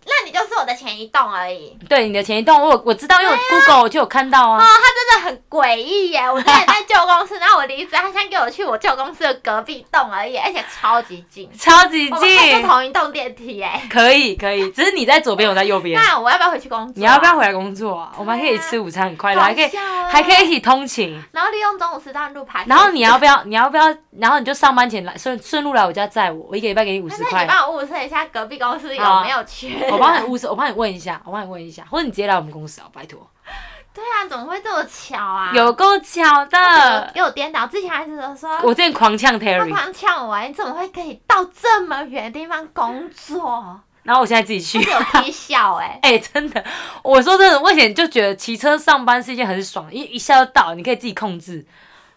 S1: 那你就是我的前一栋而已。
S2: 对你的前一栋，我有我知道，因为我
S1: 啊
S2: Google 我就有看到
S1: 哦，
S2: 啊。
S1: 它真的很诡异耶！我之前在旧公司，然后我离职，他先给我去我旧公司的隔壁栋而已，而且超级近，
S2: 超级
S1: 我们可以
S2: 近
S1: 坐，同一栋电梯耶。
S2: 可以可以，只是你在左边，我在右边。
S1: 那我要不要回去工作啊？
S2: 你要不要回来工作啊？我们还可以
S1: 对啊
S2: 吃午餐，很快乐，
S1: 好
S2: 还可以
S1: 笑啊？
S2: 还可以一起通勤。
S1: 然后利用中午时段录盘，
S2: 然后你要不要？你要不要？然后你就上班前来顺顺路来我家载我，我一个礼拜给你五
S1: 但
S2: 十
S1: 是你
S2: 块，
S1: 帮我物色一下隔壁公司
S2: 好
S1: 有
S2: 啊
S1: 没有缺？
S2: 我帮你五十，我帮你问一下，我帮你问一下，或者你直接来我们公司啊，拜托，
S1: 对啊，怎么会这么巧啊？
S2: 有够巧的。
S1: 给我颠倒，之前还是说
S2: 我之前狂呛
S1: 他
S2: Terry，
S1: 狂呛我，欸你怎么会可以到这么远的地方工作？
S2: 然后我现在自己
S1: 他
S2: 去
S1: 给。我踢笑哎、
S2: 哎、真的，我说真的，我以前就觉得骑车上班是一件很爽的，一一下就到，你可以自己控制。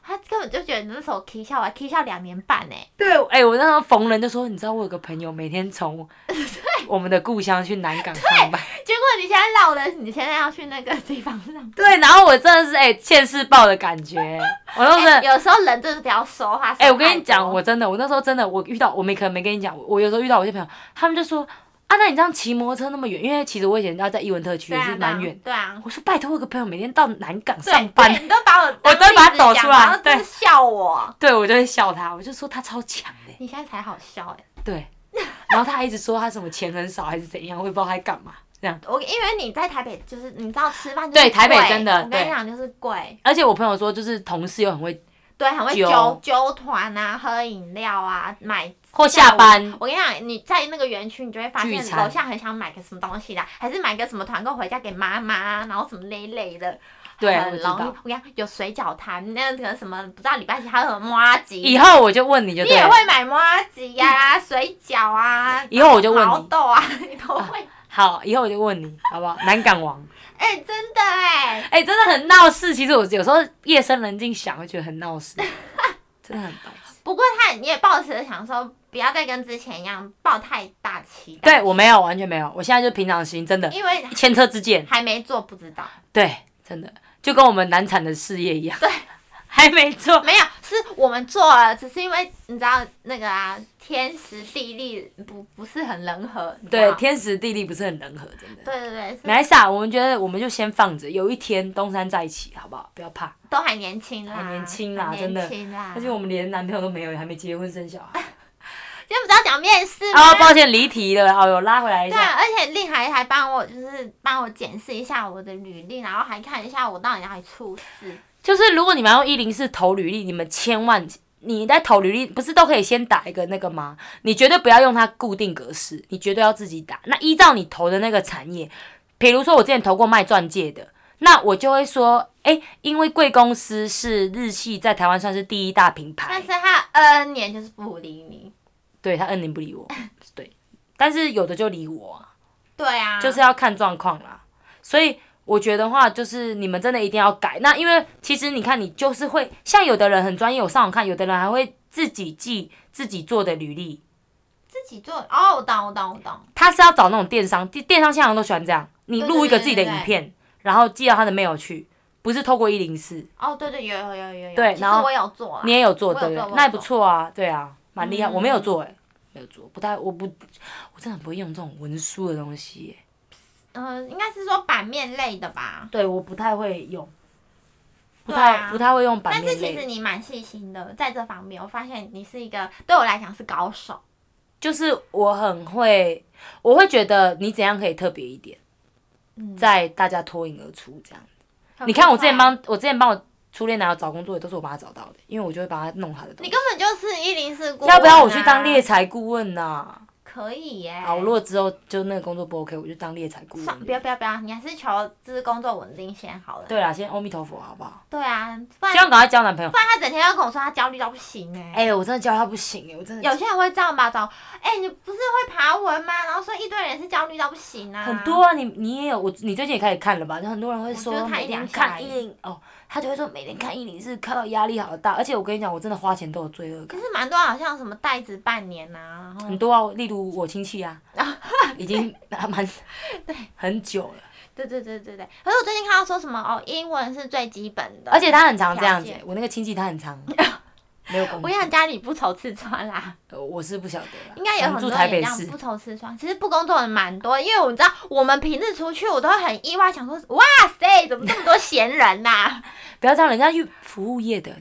S1: 他根本就觉得你那时候踢笑，我还欸踢笑两年半哎、
S2: 对，哎、我那时候逢人就说，你知道我有个朋友每天 从我们的故乡去南港上班，
S1: 结果你现在绕了，你现在要去那个地方上。
S2: 对，然后我真的是哎、现世报的感觉，我都是、
S1: 哎有时候人真的不要说话。
S2: 哎、我跟你
S1: 说太
S2: 讲，
S1: 多
S2: 我真的，我那时候真的，我遇到我没可能没跟你讲，我我有时候遇到我一些朋友，他们就说啊，那你这样骑摩托车那么远，因为其实我以前要在艺文特区
S1: 对
S2: 也
S1: 啊
S2: 是蛮远。
S1: 对啊，
S2: 我说拜托，我有个朋友每天到南港
S1: 对
S2: 上班，
S1: 对你都把我当
S2: 我都会把它
S1: 例子
S2: 抖
S1: 讲
S2: 出来
S1: 然后真的
S2: 对
S1: 笑我。
S2: 对我就会笑他，我就说他超强的、
S1: 你现在才好笑哎、
S2: 对。然后他还一直说他什么钱很少还是怎样，我也不知道他在干嘛这样。
S1: 我因为你在台北，就是你知道吃饭就是
S2: 对台北
S1: 贵
S2: 真的
S1: 我跟你
S2: 对
S1: 讲就是贵，
S2: 而且我朋友说，就是同事又很会，
S1: 对，很会
S2: 揪
S1: 揪揪团啊，喝饮料啊，买
S2: 或
S1: 下
S2: 下
S1: 午
S2: 班
S1: 我跟你讲，你在那个园区，你就会发现
S2: 嗯聚餐
S1: 楼下很想买个什么东西啦，还是买个什么团购回家给妈妈，然后什么那一类的，
S2: 对
S1: 很
S2: 我知
S1: 容易。
S2: 道
S1: 我跟你讲，有水饺摊，那个什么不知道礼拜几还有麻吉，
S2: 以后我就问你就
S1: 你
S2: 对
S1: 也
S2: 了。
S1: 会买麻吉 呀、水饺啊，
S2: 以后我就问
S1: 毛
S2: 你，
S1: 豆啊，你都会。
S2: 好，以后我就问你，好不好？南港王，
S1: 哎、真的哎、
S2: 哎、真的很闹事。其实我有时候夜深人静想，会觉得很闹 事，真的很白痴。
S1: 不过他你也抱持想说，不要再跟之前一样抱太大期待，
S2: 对我没有，完全没有，我现在就平常心，真的，
S1: 因为
S2: 前车之鉴。
S1: 还没做不知道。
S2: 对，真的就跟我们难产的事业一样，对，还没做。
S1: 没有，是我们做了，只是因为你知道那个啊，天时地利不不是很人和。你知
S2: 对
S1: 道，
S2: 天时地利不是很人和，真的。
S1: 对对对，是
S2: 没事啊，我们觉得我们就先放着，有一天东山再起，好不好？不要怕。
S1: 都还年轻啦，
S2: 还年轻啦
S1: 还
S2: 真的
S1: 年轻啦。
S2: 而且我们连男朋友都没有，还没结婚生小孩。
S1: 今天不是要讲面试吗？
S2: 啊，抱歉，离题了。哦，有拉回来一
S1: 对
S2: 下。
S1: 啊，而且令还还帮我，就是帮我检视一下我的履历，然后还看一下我到底哪里出事。
S2: 就是如果你们要用一零四投履历，你们千万你在投履历不是都可以先打一个那个吗？你绝对不要用它固定格式，你绝对要自己打。那依照你投的那个产业，比如说我之前投过卖钻戒的，那我就会说，哎、因为贵公司是日系在台湾算是第一大品
S1: 但
S2: 牌
S1: 是，他 N 年就是不理你。
S2: 对他恩宁不理我，对，但是有的就理我啊、
S1: 对啊，
S2: 就是要看状况啦。所以我觉得话就是你们真的一定要改。那因为其实你看，你就是会像有的人很专业，我上网看，有的人还会自己记自己做的履历，
S1: 自己做哦，我懂我懂我懂，
S2: 他是要找那种电商，电电商现场都喜欢这样，你
S1: 对
S2: 录一个自己的
S1: 对对
S2: 影片，然后寄到他的 mail 去，不是透过一零四，
S1: 哦对对有有有有有，
S2: 对
S1: 其实
S2: 然后
S1: 我有做啦
S2: 你，也有做
S1: 我有
S2: 对不
S1: 做我
S2: 对？
S1: 有
S2: 那也不
S1: 做
S2: 错啊，对啊，蛮厉害。
S1: 嗯
S2: 我没有做哎、没有做，不太，我不，我真的很不会用这种文书的东西、欸，
S1: 嗯、应该是说版面类的吧，
S2: 对，我不太会用，不
S1: 对
S2: 太、
S1: 啊
S2: 不太会用版
S1: 但
S2: 面
S1: 是
S2: 类
S1: 其
S2: 的
S1: 实，你蛮细心的，在这方面，我发现你是一个对我来讲是高手。
S2: 就是我很会，我会觉得你怎样可以特别一点，
S1: 嗯，
S2: 在大家脱颖而出这样。
S1: 很
S2: 你
S1: 不
S2: 看我之前
S1: 错啊
S2: 帮我之前帮我初恋男友找工作，也都是我帮他找到的，因为我就会帮他弄他的东
S1: 你
S2: 西。
S1: 根本就是一零四顾问、啊
S2: 要不要我去当猎？财顾问呐、
S1: 可以耶、
S2: 啊？好，如果之后就那个工作不 OK，我就当猎财顾
S1: 算不要
S2: 问。
S1: 不要不要，你还是求就是工作稳定先好了。
S2: 对啦，先阿弥陀佛好不好？
S1: 对啊，不然
S2: 希望赶快交男朋友
S1: 不。然他整天要跟我说他焦虑到不行哎、
S2: 哎、我真的教他不行哎、我真的
S1: 有些人会这样吧，找哎、你不是会爬文吗？然后说一堆人是焦虑到不行啊，
S2: 很多啊，你你也有我，你最近也开始看了吧？就很多人会
S1: 我
S2: 说
S1: 就看
S2: 每天
S1: 一两下
S2: 看
S1: 而
S2: 一
S1: 已
S2: 零哦，他就会说每天看一零是看到压力好大，而且我跟你讲，我真的花钱都有罪恶
S1: 可
S2: 感，
S1: 是蛮多好像什么带子半年啊，然后
S2: 很多啊，例如我亲戚啊， 已经还蛮 很久了，
S1: 对对对对对。可是我最近看到说什么哦，英文是最基本的，
S2: 而且他很常这样子
S1: 条
S2: 欸、
S1: 件
S2: 我那个亲戚他 很常没有工
S1: 我
S2: 作，
S1: 想家里不愁吃穿啦，
S2: 呃我是不晓得啦，
S1: 应该
S2: 我
S1: 有
S2: 们
S1: 很
S2: 住
S1: 多
S2: 台
S1: 人也
S2: 北
S1: 这样
S2: 市，
S1: 不愁吃穿。其实不工作的人蛮多，因为我知道我们平日出去，我都会很意外，想说哇塞，怎么这么多闲人呐、
S2: 不要这样，人家去服务业的，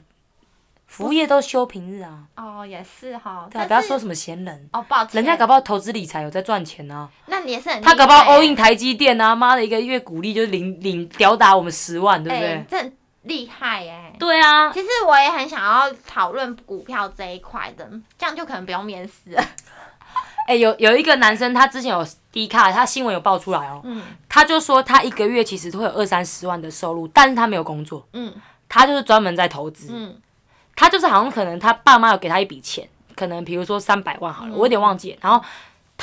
S2: 服务业都休平日啊，
S1: 哦，也是哈，
S2: 对
S1: 但
S2: 啊，不要
S1: 是
S2: 说什么闲人，
S1: 哦，抱歉，
S2: 人家搞不好投资理财有在赚钱啊。
S1: 那你也是很
S2: 他搞不好 all
S1: 厉
S2: in
S1: 欸
S2: 台积电啊，妈的一个月股利就领领吊打我们十万，
S1: 害
S2: 对不
S1: 欸，
S2: 对？
S1: 哎、这很厉害哎、
S2: 对啊，
S1: 其实我也很想要讨论股票这一块的，这样就可能不用面试了。
S2: 哎、有有一个男生，他之前有低卡，他新闻有爆出来哦，
S1: 嗯
S2: 他就说他一个月其实会有二三十万的收入，但是他没有工作，
S1: 嗯
S2: 他就是专门在投资，
S1: 嗯，
S2: 他就是好像可能他爸妈有给他一笔钱，可能比如说三百万好
S1: 嗯
S2: 了，我有点忘记了，然后。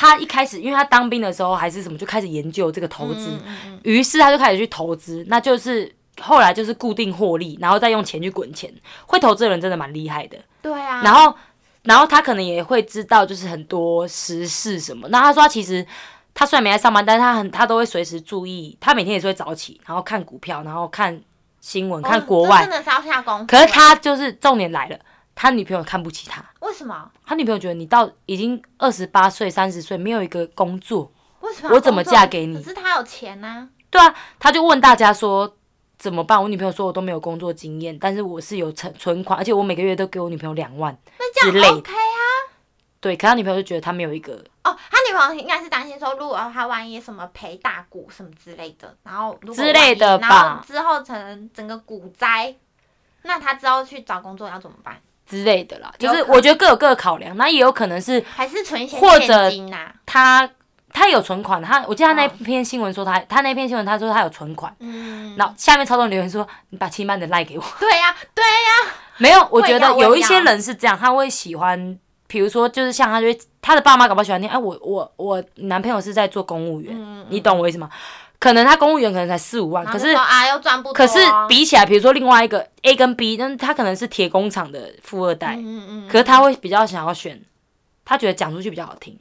S2: 他一开始，因为他当兵的时候还是什么，就开始研究这个投资，
S1: 嗯嗯嗯
S2: 于是他就开始去投资，那就是后来就是固定获利，然后再用钱去滚钱。会投资的人真的蛮厉害的。
S1: 对啊，
S2: 然后，然后他可能也会知道就是很多时事什么。那他说他其实他虽然没在上班，但是他很他都会随时注意，他每天也是会早起，然后看股票，然后看新闻，看
S1: 哦
S2: 国
S1: 这
S2: 外
S1: 真。的是要下功夫。
S2: 可是他就是重点来了，他女朋友看不起他，
S1: 为什么？
S2: 他女朋友觉得你到已经二十八岁、三十岁没有一个工作，
S1: 为什么？
S2: 我怎么嫁给你
S1: 可是他有钱呐、
S2: 对啊，他就问大家说怎么办？我女朋友说我都没有工作经验，但是我是有存存款，而且我每个月都给我女朋友两万。
S1: 那这
S2: 之类的
S1: 样 OK 啊？
S2: 对，可他女朋友就觉得他没有一个
S1: 哦，他女朋友应该是担心说，如果他万一什么赔大股什么之类的，然后如果
S2: 之类
S1: 万
S2: 的
S1: 一然
S2: 吧
S1: 后之后可能整个股灾，那他之后去找工作要怎么办？
S2: 之类的啦，就
S1: 有
S2: 是
S1: 可
S2: 我觉得各有各的考量，那也有可能是
S1: 还是存一些
S2: 或者
S1: 现金呐、啊
S2: 他他有存款，他我记得他那
S1: 哦
S2: 篇新闻说他他那篇新闻他说他有存款，
S1: 嗯，
S2: 然后下面超多人留言说你把七万的赖给我，
S1: 对呀、对啊呀、
S2: 没有，我觉得
S1: 要我
S2: 有一
S1: 要
S2: 些人是这样，他会喜欢。比如说，就是像他就会，他的爸妈搞不好喜欢听，哎、我我我男朋友是在做公务员，
S1: 嗯，
S2: 你懂我意思吗？可能他公务员可能才四五万，
S1: 然
S2: 可
S1: 后就是说啊又赚不多，
S2: 可是比起来，比如说另外一个 A 跟 B，那他可能是铁工厂的富二代，
S1: 嗯嗯嗯，
S2: 可是他会比较想要选，他觉得讲出去比较好听，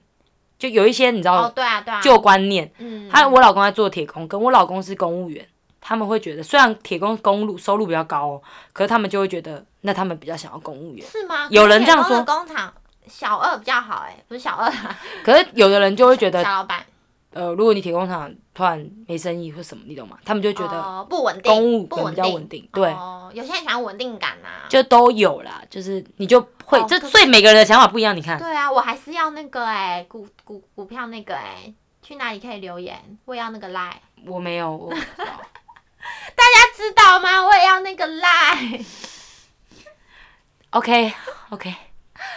S2: 就有一些你知
S1: 哦
S2: 道
S1: 对啊对啊，
S2: 旧观念。
S1: 嗯
S2: 他我老公在做铁工，跟我老公是公务员，他们会觉得虽然铁工公路收入比较高哦，可是他们就会觉得那他们比较想要公务员。
S1: 是吗？
S2: 有人这样说
S1: 可是铁工的工厂小二比较好哎、不是小二啊，
S2: 可是有的人就会觉
S1: 小
S2: 得，
S1: 老板
S2: 呃，如果你铁工厂突然没生意或什么，你懂吗？他们就觉得
S1: 哦、不稳定，
S2: 公务
S1: 不
S2: 可能
S1: 稳
S2: 比较
S1: 定，
S2: 稳定，对。
S1: 哦，有些人喜欢稳定感呐、啊。
S2: 就都有啦，就是你就会，
S1: 哦
S2: 这
S1: 可是
S2: 所以每个人的想法不一样。你看，
S1: 对啊，我还是要那个哎、股股股票那个哎、去哪里可以留言？我也要那个赖，
S2: 我没有， 我不知
S1: 大
S2: 道
S1: 家知道吗？我也要那个赖。
S2: OK OK，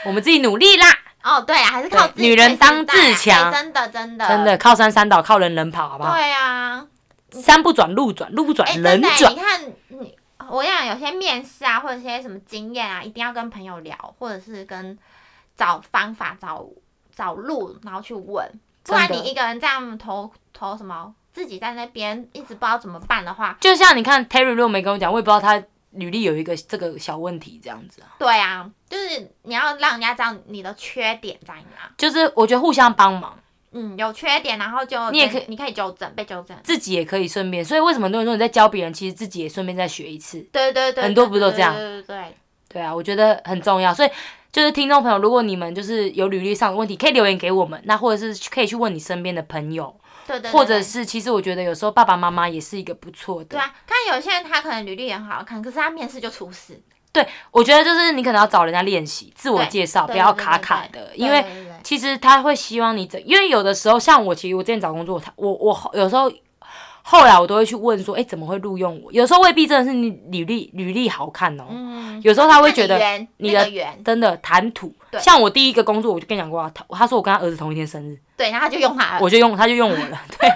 S2: 我们自己努力啦，
S1: 哦，对啊，还是靠
S2: 对
S1: 自己
S2: 女人当
S1: 最实
S2: 自
S1: 在啊
S2: 强
S1: 哎真的真的
S2: 真的靠山山倒，靠人人跑，好不好？
S1: 对啊，
S2: 山不转路转，路不转
S1: 哎、真
S2: 人
S1: 的哎、
S2: 转
S1: 你。看你。我想有些面试啊，或者一些什么经验啊，一定要跟朋友聊，或者是跟找方法、找找路，然后去问，不然
S2: 真
S1: 你
S2: 的
S1: 一个人这样投投什么自己在那边一直不知道怎么办的话，
S2: 就像你看 Terry 如果没跟我讲，我也不知道他履历有一个这个小问题这样子啊。
S1: 对啊，就是你要让人家知道你的缺点在哪，
S2: 就是我觉得互相帮忙，
S1: 嗯，有缺点，然后就
S2: 你也
S1: 跟
S2: 可
S1: 你可以纠正，被纠正。
S2: 自己也可以顺便。所以为什么很多人说你在教别人，其实自己也顺便再学一次？
S1: 对对对，
S2: 很多不
S1: 对
S2: 都这样
S1: 对对对
S2: 对啊，我觉得很重要。所以就是听众朋友，如果你们就是有履历上的问题，可以留言给我们，那或者是可以去问你身边的朋友，
S1: 对对对，
S2: 或者
S1: 对
S2: 是其实我觉得有时候爸爸妈妈也是一个不错的
S1: 对。啊，看有些人他可能履历也很好看，可是他面试就出事，
S2: 对，我觉得就是你可能要找人家练习自我
S1: 对
S2: 介绍，
S1: 对
S2: 不要
S1: 对对
S2: 卡
S1: 对
S2: 卡
S1: 对
S2: 的，
S1: 对
S2: 因为
S1: 对对对
S2: 其实他会希望你怎，因为有的时候像我，其实我之前找工作，他我我后有时候后来我都会去问说，哎、怎么会录用我？有时候未必真的是你履历履历好看哦，
S1: 嗯，
S2: 有时候他会
S1: 看
S2: 觉得
S1: 缘
S2: 你
S1: 那
S2: 的
S1: 个缘，
S2: 真的谈吐。
S1: 对
S2: 像我第一个工作，我就跟你讲过、啊，他他说我跟他儿子同一天生日，
S1: 对，然后他就用他了，
S2: 我就用他就用我了， 对。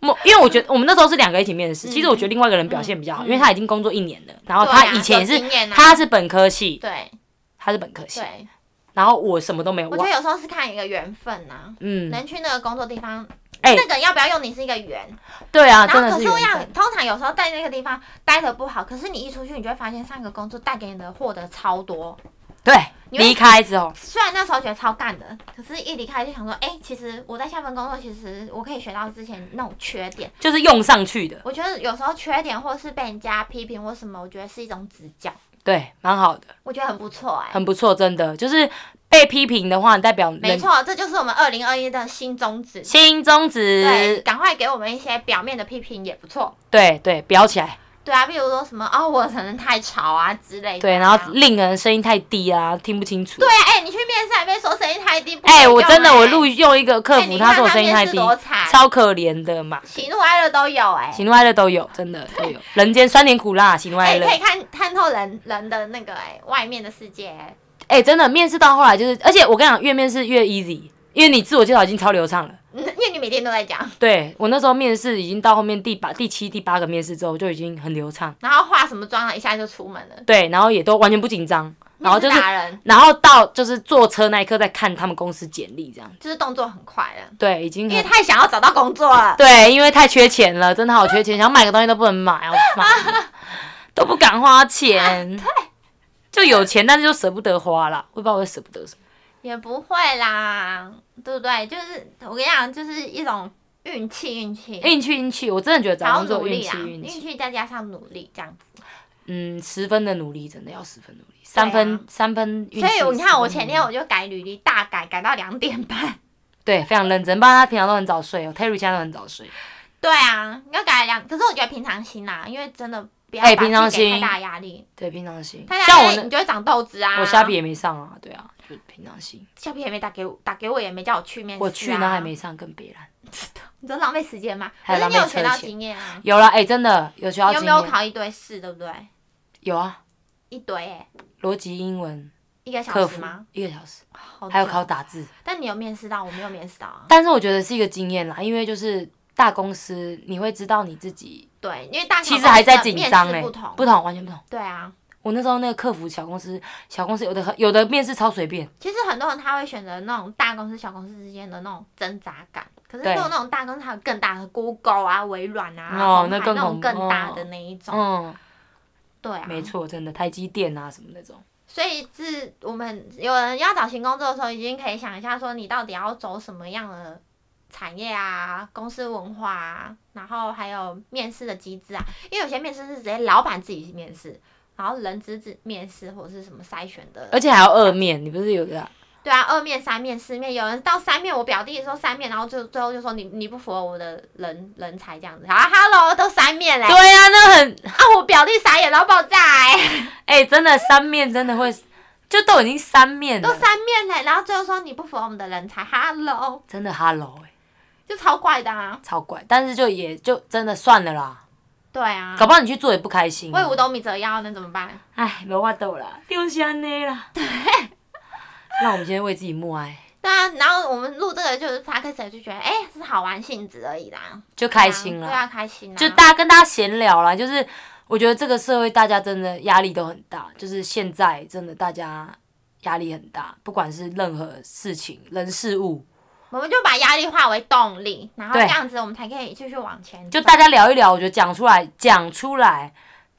S2: 我因为我觉得我们那时候是两个一起面
S1: 嗯
S2: 试，其实我觉得另外一个人表现比较好，因为他已经工作一年了，然后
S1: 对
S2: 他
S1: 啊
S2: 以前也
S1: 有
S2: 是
S1: 经验啊
S2: 他是本科系，
S1: 对
S2: 他是本科系，
S1: 对，
S2: 然后我什么都没有，
S1: 我
S2: 我
S1: 觉得有时候是看一个缘分呐，
S2: 嗯，
S1: 能去那个工作地方，
S2: 哎
S1: 那个要不要用你是一个缘，
S2: 对啊，
S1: 然后
S2: 真的
S1: 可
S2: 是
S1: 是我
S2: 缘
S1: 想
S2: 分，，
S1: 通常有时候在那个地方待的不好，可是你一出去，你就会发现上一个工作带给你的获得超多。
S2: 对，
S1: 你会
S2: 离开之后，
S1: 虽然那时候觉得超干的，可是一离开就想说，哎、其实我在下份工作，其实我可以学到之前那种缺点。
S2: 就是用上去的，
S1: 我觉得有时候缺点或是被人家批评或什么，我觉得是一种指教，
S2: 对，蛮好的，
S1: 我觉得很不错哎、
S2: 很不错，真的，就是被批评的话，代表
S1: 没
S2: 人
S1: 错，这就是我们二零二一的新宗旨。
S2: 心中
S1: 对，
S2: 指，
S1: 赶快给我们一些表面的批评也不错。
S2: 对对，裱起来，
S1: 对啊，比如说什么哦，我可能太吵啊之类的啊。
S2: 对，然后令人声音太低啊，听不清楚
S1: 对。啊，哎、你去面试还被说声音太低。不可以
S2: 哎、我真的
S1: 用
S2: 我
S1: 哎
S2: 录用一个客
S1: 哎
S2: 服，
S1: 你
S2: 他
S1: 看
S2: 说我
S1: 他
S2: 声音
S1: 面
S2: 太
S1: 试
S2: 低
S1: 多，惨
S2: 超可怜的嘛。
S1: 喜怒哀乐都有哎、
S2: 喜怒哀乐都有，真的都有，人间酸甜苦辣，喜怒
S1: 哎、
S2: 哀乐。
S1: 可以
S2: 哎、
S1: 看看透人人的那个哎、外面的世界、哎
S2: 真的面试到后来就是，而且我跟你讲，越面试越 easy，因为你自我介绍已经超流畅了。
S1: 嗯因为你每天都在讲，
S2: 对我那时候面试已经到后面第八、第七、第八个面试之后，就已经很流畅。
S1: 然后化什么妆了，一下就出门了，
S2: 对，然后也都完全不紧张，然后就
S1: 面试
S2: 是，
S1: 达人，
S2: 然后到就是坐车那一刻在看他们公司简历这样。
S1: 就是动作很快了，
S2: 对，已经
S1: 因为
S2: 很
S1: 太想要找到工作了。
S2: 对，因为太缺钱了，真的好缺钱，想买个东西都不能买，好烦哦，都不敢花
S1: 啊
S2: 钱。就有钱，但是就舍不得花啦。我也不知道我舍不得什么。
S1: 也不会啦，对不对？就是我跟你讲，就是一种运气，运气，
S2: 运气，运气，我真的觉得
S1: 然
S2: 哎
S1: 后
S2: 找工作
S1: 努
S2: 运
S1: 力啊啦，
S2: 气，运
S1: 运
S2: 气。
S1: 气再加上努力这样子。
S2: 嗯，十分的努力，真的要十分努力，三分、三分运气。
S1: 啊所以你看，我
S2: 十分
S1: 前
S2: 努力
S1: 天我就改履历，大改改到两点半。
S2: 对，非常认真，不然他平常都很早睡哦。Terry 现在都很早睡，
S1: 对啊，要改两，可是我觉得平常心啦，因为真的不要
S2: 哎
S1: 把
S2: 平常
S1: 自己给
S2: 心
S1: 太大压力，
S2: 对，平常心
S1: 太。大
S2: 像
S1: 压
S2: 我
S1: 力
S2: 呢
S1: 你，就会长豆子啊。
S2: 我虾皮也没上啊，对啊，就平常心。
S1: 下皮也没打给我，打给我也没叫我去面试、啊，
S2: 我去呢还，没上，更别啦。
S1: 你都浪费时间吗？
S2: 还
S1: 可是
S2: 浪
S1: 你
S2: 费
S1: 有学
S2: 车
S1: 到
S2: 钱
S1: 经验啊，
S2: 有啦，哎、真的有学到
S1: 你有
S2: 经
S1: 没有
S2: 验，
S1: 考一堆试，对不对？
S2: 有啊，
S1: 一堆哎、
S2: 逻辑英文
S1: 一个
S2: 客
S1: 小时
S2: 服
S1: 吗？哦
S2: 一个小时，
S1: 好
S2: 还有
S1: 久
S2: 考，打字。
S1: 但你有面试到，我没有面试到啊。
S2: 但是我觉得是一个经验啦，因为就是大公司你会知道你自己
S1: 对，因为大小
S2: 其实
S1: 公司
S2: 还在
S1: 的
S2: 紧
S1: 面
S2: 张
S1: 试
S2: 哎，
S1: 不同，
S2: 不同，完全不同。
S1: 对啊。
S2: 我那时候那个客服小公司，小公司有的很有的面试超随便，
S1: 其实很多人他会选择那种大公司、小公司之间的那种挣扎感，可是
S2: 对
S1: 如果那种大公司还有更大的 Google 啊、微软啊、
S2: 哦
S1: 红
S2: 那
S1: 海
S2: 更
S1: 那种
S2: 恐
S1: 更大
S2: 哦
S1: 的那一种，
S2: 嗯，
S1: 对啊，
S2: 没错，真的台积电啊什么那种，
S1: 所以是我们有人要找新工作的时候，已经可以想一下，说你到底要走什么样的产业啊、公司文化啊，然后还有面试的机制啊。因为有些面试是直接老板自己面试，然后人资自面试或者是什么筛选的。
S2: 而且还要二面，你不是有的、啊？
S1: 对啊，二面、三面、四面，有人到三面，我表弟说三面，然后就最后就说你你不符合我的人人才这样子。啊，Hello，都三面嘞！
S2: 对呀、啊，那很
S1: 啊，我表弟傻眼到爆炸哎、
S2: 哎、真的三面真的会，就都已经三面
S1: 都
S2: 了，
S1: 三面嘞，然后最后说你不符合我们的人才，Hello，
S2: 真的 hello 哎、
S1: 就超怪的啊。
S2: 超怪，但是就也就真的算了啦，
S1: 对啊，
S2: 搞不好你去做也不开心、啊
S1: 为五斗米折腰，能怎么办？
S2: 哎，没话斗啦，就是安内啦。对，那我们今天为自己默哀，
S1: 对啊，然后我们录这个就是 p o d c a 就觉得，哎、是好玩性质而已啦，
S2: 就开心啦。
S1: 对啊，对啊开心啦，
S2: 就大家跟大家闲聊啦，就是我觉得这个社会大家真的压力都很大，就是现在真的大家压力很大，不管是任何事情、人事物，
S1: 我们就把压力化为动力，然后
S2: 对
S1: 这样子我们才可以继续往前走。
S2: 就大家聊一聊，我觉得讲出来，讲出来，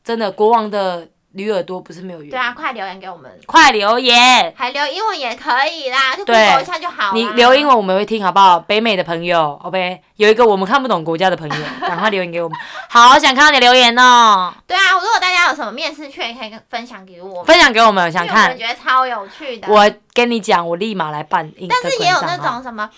S2: 真的，国王的驴耳朵不是没有原因。
S1: 对啊，，快留言给我们，
S2: 快留言，
S1: 还留英文也可以啦，就
S2: 对
S1: Google 一下就好啦。啊
S2: 你留英文我们会听，好不好？北美的朋友，OK，有一个我们看不懂国家的 朋友，赶快留言给我们。好想看到你的留言哦，
S1: 对啊，如果大家有什么面试券，也可以跟分享给我们，
S2: 分享给我们，想
S1: 因为我
S2: 看
S1: 们。觉得超有趣的。
S2: 我跟你讲，我立马来办。
S1: 但是也有那，种什么，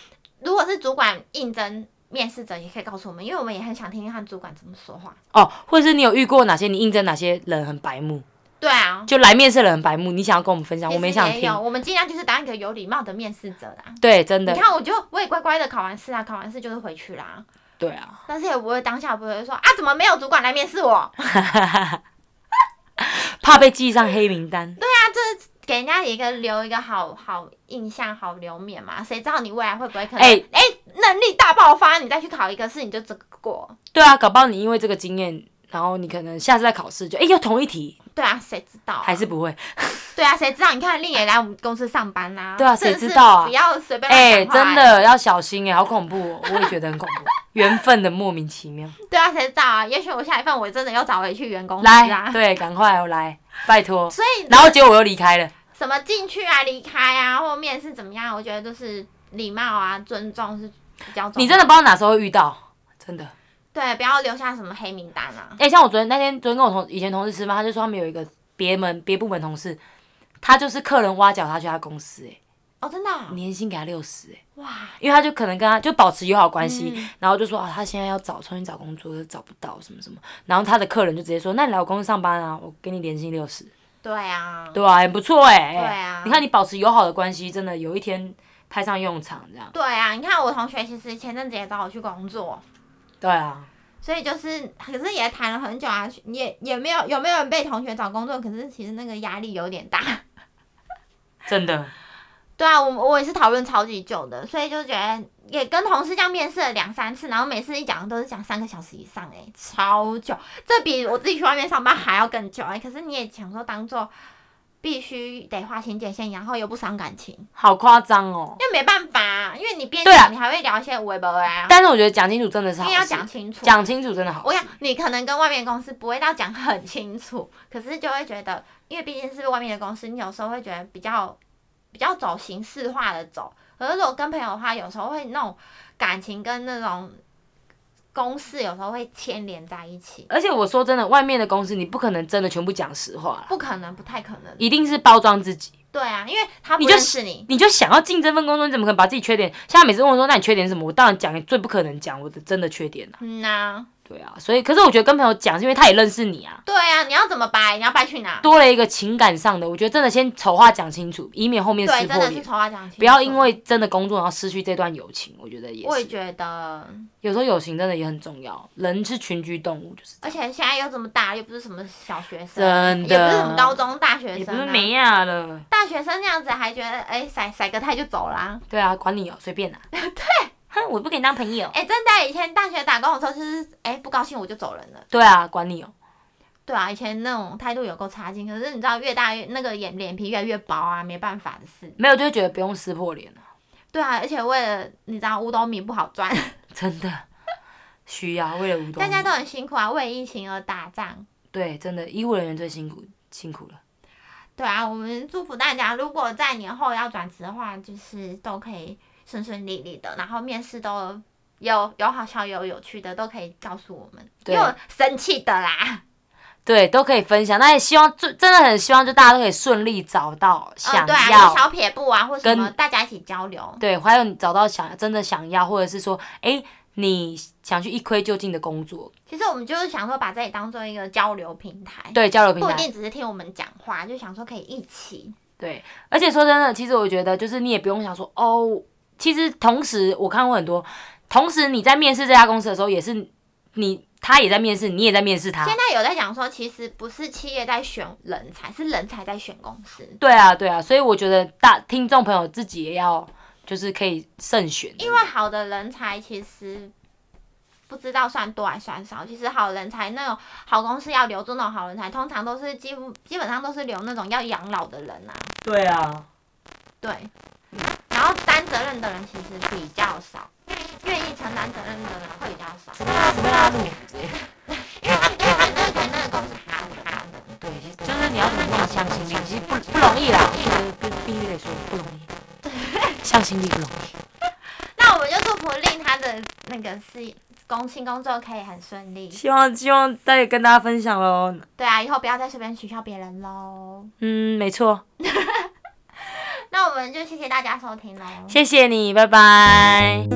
S1: 如果是主管应征面试者，也可以告诉我们，因为我们也很想听听看主管怎么说话。
S2: 哦，或者是你有遇过哪些你应征哪些人很白目，
S1: 对啊，
S2: 就来面试的人很白目，你想要跟我们分享，我
S1: 其
S2: 们
S1: 实
S2: 想
S1: 也
S2: 听
S1: 有，。我们尽量就是当一个有礼貌的面试者啦。
S2: 对，真
S1: 你
S2: 的，
S1: 看，我就我也乖乖的考完试啊，考完试就是回去啦，
S2: 对啊。
S1: 但是也不会当下不会说啊，怎么没有主管来面试我？
S2: 怕被记上黑名单。
S1: 给人家一个留一个好好印象、好留面嘛，谁知道你未来会不会可能
S2: 哎
S1: 哎、能力大爆发，你再去考一个试你就这个过？
S2: 对啊，搞不好你因为这个经验，然后你可能下次再考试就哎、又同一题，
S1: 对啊，谁知道啊、
S2: 还是不会。
S1: 对啊，谁知道？你看丽也来我们公司上班啦、
S2: 对啊
S1: 真的
S2: 谁
S1: 是
S2: 知道啊
S1: 不要随便
S2: 哎、
S1: 乱讲话
S2: 真。的要小心哎、好恐怖、哦，我也觉得很恐 怖，缘分的莫名其妙。
S1: 对啊，谁知道啊？也许我下一份我真的又找回去员工司
S2: 来，
S1: 啊。
S2: 对，赶快、哦、来，拜托。
S1: 所以
S2: 然后结果我又离开了。
S1: 什么进去啊、离开啊，或面试怎么样，我觉得都是礼貌啊、尊重是比较重要。
S2: 你真的不知道哪时候会遇到，真的。
S1: 对，不要留下什么黑名单啊。
S2: 哎、像我昨天那天，昨天跟我同以前同事吃饭，他就说他们有一个别门别部门同事，他就是客人挖角他去他公司、欸，
S1: 哦，真的啊、
S2: 哎，年薪给他六十、欸，
S1: 哇，
S2: 因为他就可能跟他就保持友好关系，
S1: 嗯
S2: 然后就说啊，他现在要找重新找工作，找不到什么什么，然后他的客人就直接说，那你来我公司上班啊，我给你年薪六十，
S1: 对啊，
S2: 对啊，很不错哎、
S1: 对啊
S2: 你看你保持友好的关系，真的有一天派上用场这样，
S1: 对啊，你看我同学其实前阵子也找我去工作，
S2: 对啊，
S1: 所以就是可是也谈了很久啊，也也没有有没有人被同学找工作，可是其实那个压力有点大。
S2: 真的，
S1: 对啊，我我也是讨论超级久的，所以就觉得也跟同事这样面试了两三次，然后每次一讲都是讲三个小时以上、欸，哎，超久，这比我自己去外面上班还要更久哎、可是你也想说当做必须得划清界限，然后又不伤感情，
S2: 好夸张哦。
S1: 因为没办法、啊，因为你边
S2: 对啊
S1: 讲你还会聊一些微博啊，
S2: 但是我觉得讲清楚真的是
S1: 因
S2: 好
S1: 为要
S2: 事，
S1: 讲清楚。啊
S2: 讲清楚真的好事。
S1: 我想你可能跟外面的公司不会到讲很清楚，可是就会觉得，因为毕竟是外面的公司，你有时候会觉得比较比较走形式化的走。可是如果跟朋友的话，有时候会那种感情跟那种公事有时候会牵连在一起，
S2: 而且我说真的，外面的公司你不可能真的全部讲实话啦，
S1: 不可能，不太可能。
S2: 一定是包装自己。
S1: 对啊，因为他
S2: 你
S1: 不
S2: 就
S1: 认识你，
S2: 你就想要进这份工作，你怎么可能把自己缺点？像他每次问我说，那你缺点是什么？我当然讲最不可能讲我的真的缺点啊。
S1: 嗯呐、
S2: 对啊，所以可是我觉得跟朋友讲，是因为他也认识你啊，
S1: 对啊，你要怎么掰？你要掰去哪？
S2: 多了一个情感上的，我觉得真的先丑话讲清楚，以免后面
S1: 对，真
S2: 撕破
S1: 的是
S2: 脸。
S1: 丑话讲清楚。
S2: 不要因为真的工作然后失去这段友情，我觉得也
S1: 我也
S2: 是。
S1: 觉得，
S2: 有时候友情真的也很重要，人是群居动物，就是这
S1: 而
S2: 样。
S1: 且现在又这么大，又不是什么小学生，
S2: 真
S1: 也不是什
S2: 的
S1: 么高中、大学
S2: 也不
S1: 生、啊，
S2: 是没呀了，
S1: 大学生那样子还觉得，哎、甩甩个太就走啦。
S2: 对啊，管你哦，随便啦、对，哼，我不跟你当朋友。
S1: 哎、真的，以前大学打工的时候，就是哎、不高兴我就走人了。
S2: 对啊，管你哦。
S1: 对啊，以前那种态度有够差劲，可是你知道越大越那个眼脸皮越来越薄啊，没办法的事。
S2: 没有，就会觉得不用撕破脸了，
S1: 对啊，而且为了你知道五斗米不好赚，
S2: 真的需要为了五 斗
S1: 大
S2: 米
S1: 家都很辛苦啊，为疫情而打仗。
S2: 对，真的医护人员最辛苦，辛苦了。
S1: 对啊，我们祝福大家，如果在年后要转职的话，就是都可以顺顺利利的，然后面试都有有好笑有有趣的，都可以告诉我们，
S2: 对
S1: 因为我生气的啦。
S2: 对，都可以分享。那也希望，最真的很希望，就大家都可以顺利找到
S1: 嗯、
S2: 想
S1: 对啊，
S2: 要，
S1: 有小撇步啊，或什么
S2: 跟
S1: 大家一起交流。
S2: 对，还有你找到想真的想要，或者是说，哎，你想去一窥究竟的工作，
S1: 其实我们就是想说，把这里当做一个交流平台，
S2: 对，交流平
S1: 不一
S2: 台，
S1: 定只是听我们讲话，就想说可以一起。
S2: 对。而且说真的，其实我觉得，就是你也不用想说，哦，其实同时我看过很多，同时你在面试这家公司的时候，也是你他也在面试，你也在面试他，
S1: 现在有在讲说，其实不是企业在选人才，是人才在选公司。
S2: 对啊，对啊，所以我觉得大听众朋友自己也要就是可以慎选，
S1: 因为好的人才其实不知道算多还算少。其实好人才那种好公司要留住那种好人才，通常都是几乎基本上都是留那种要养老的人啊。
S2: 对啊，
S1: 对，然后担责任的人其实比较少，愿意承担责任的人会比较少，
S3: 怎么啦？怎么啦？怎么？之类的
S1: 因为他们因为他们那个那个公司蛮无聊的。
S3: 对，就是你要怎么弄向心力，其实不不容易啦。必必须得说不容易，向心力不容易。
S1: 那我们就祝福令他的那个事业工性工作可以很顺利。
S2: 希望希望大家跟大家分享喽。
S1: 对啊，以后不要再随便取笑别人喽。
S2: 嗯，没错，
S1: 那我们就谢谢大家收听喽。
S2: 谢谢你，拜拜。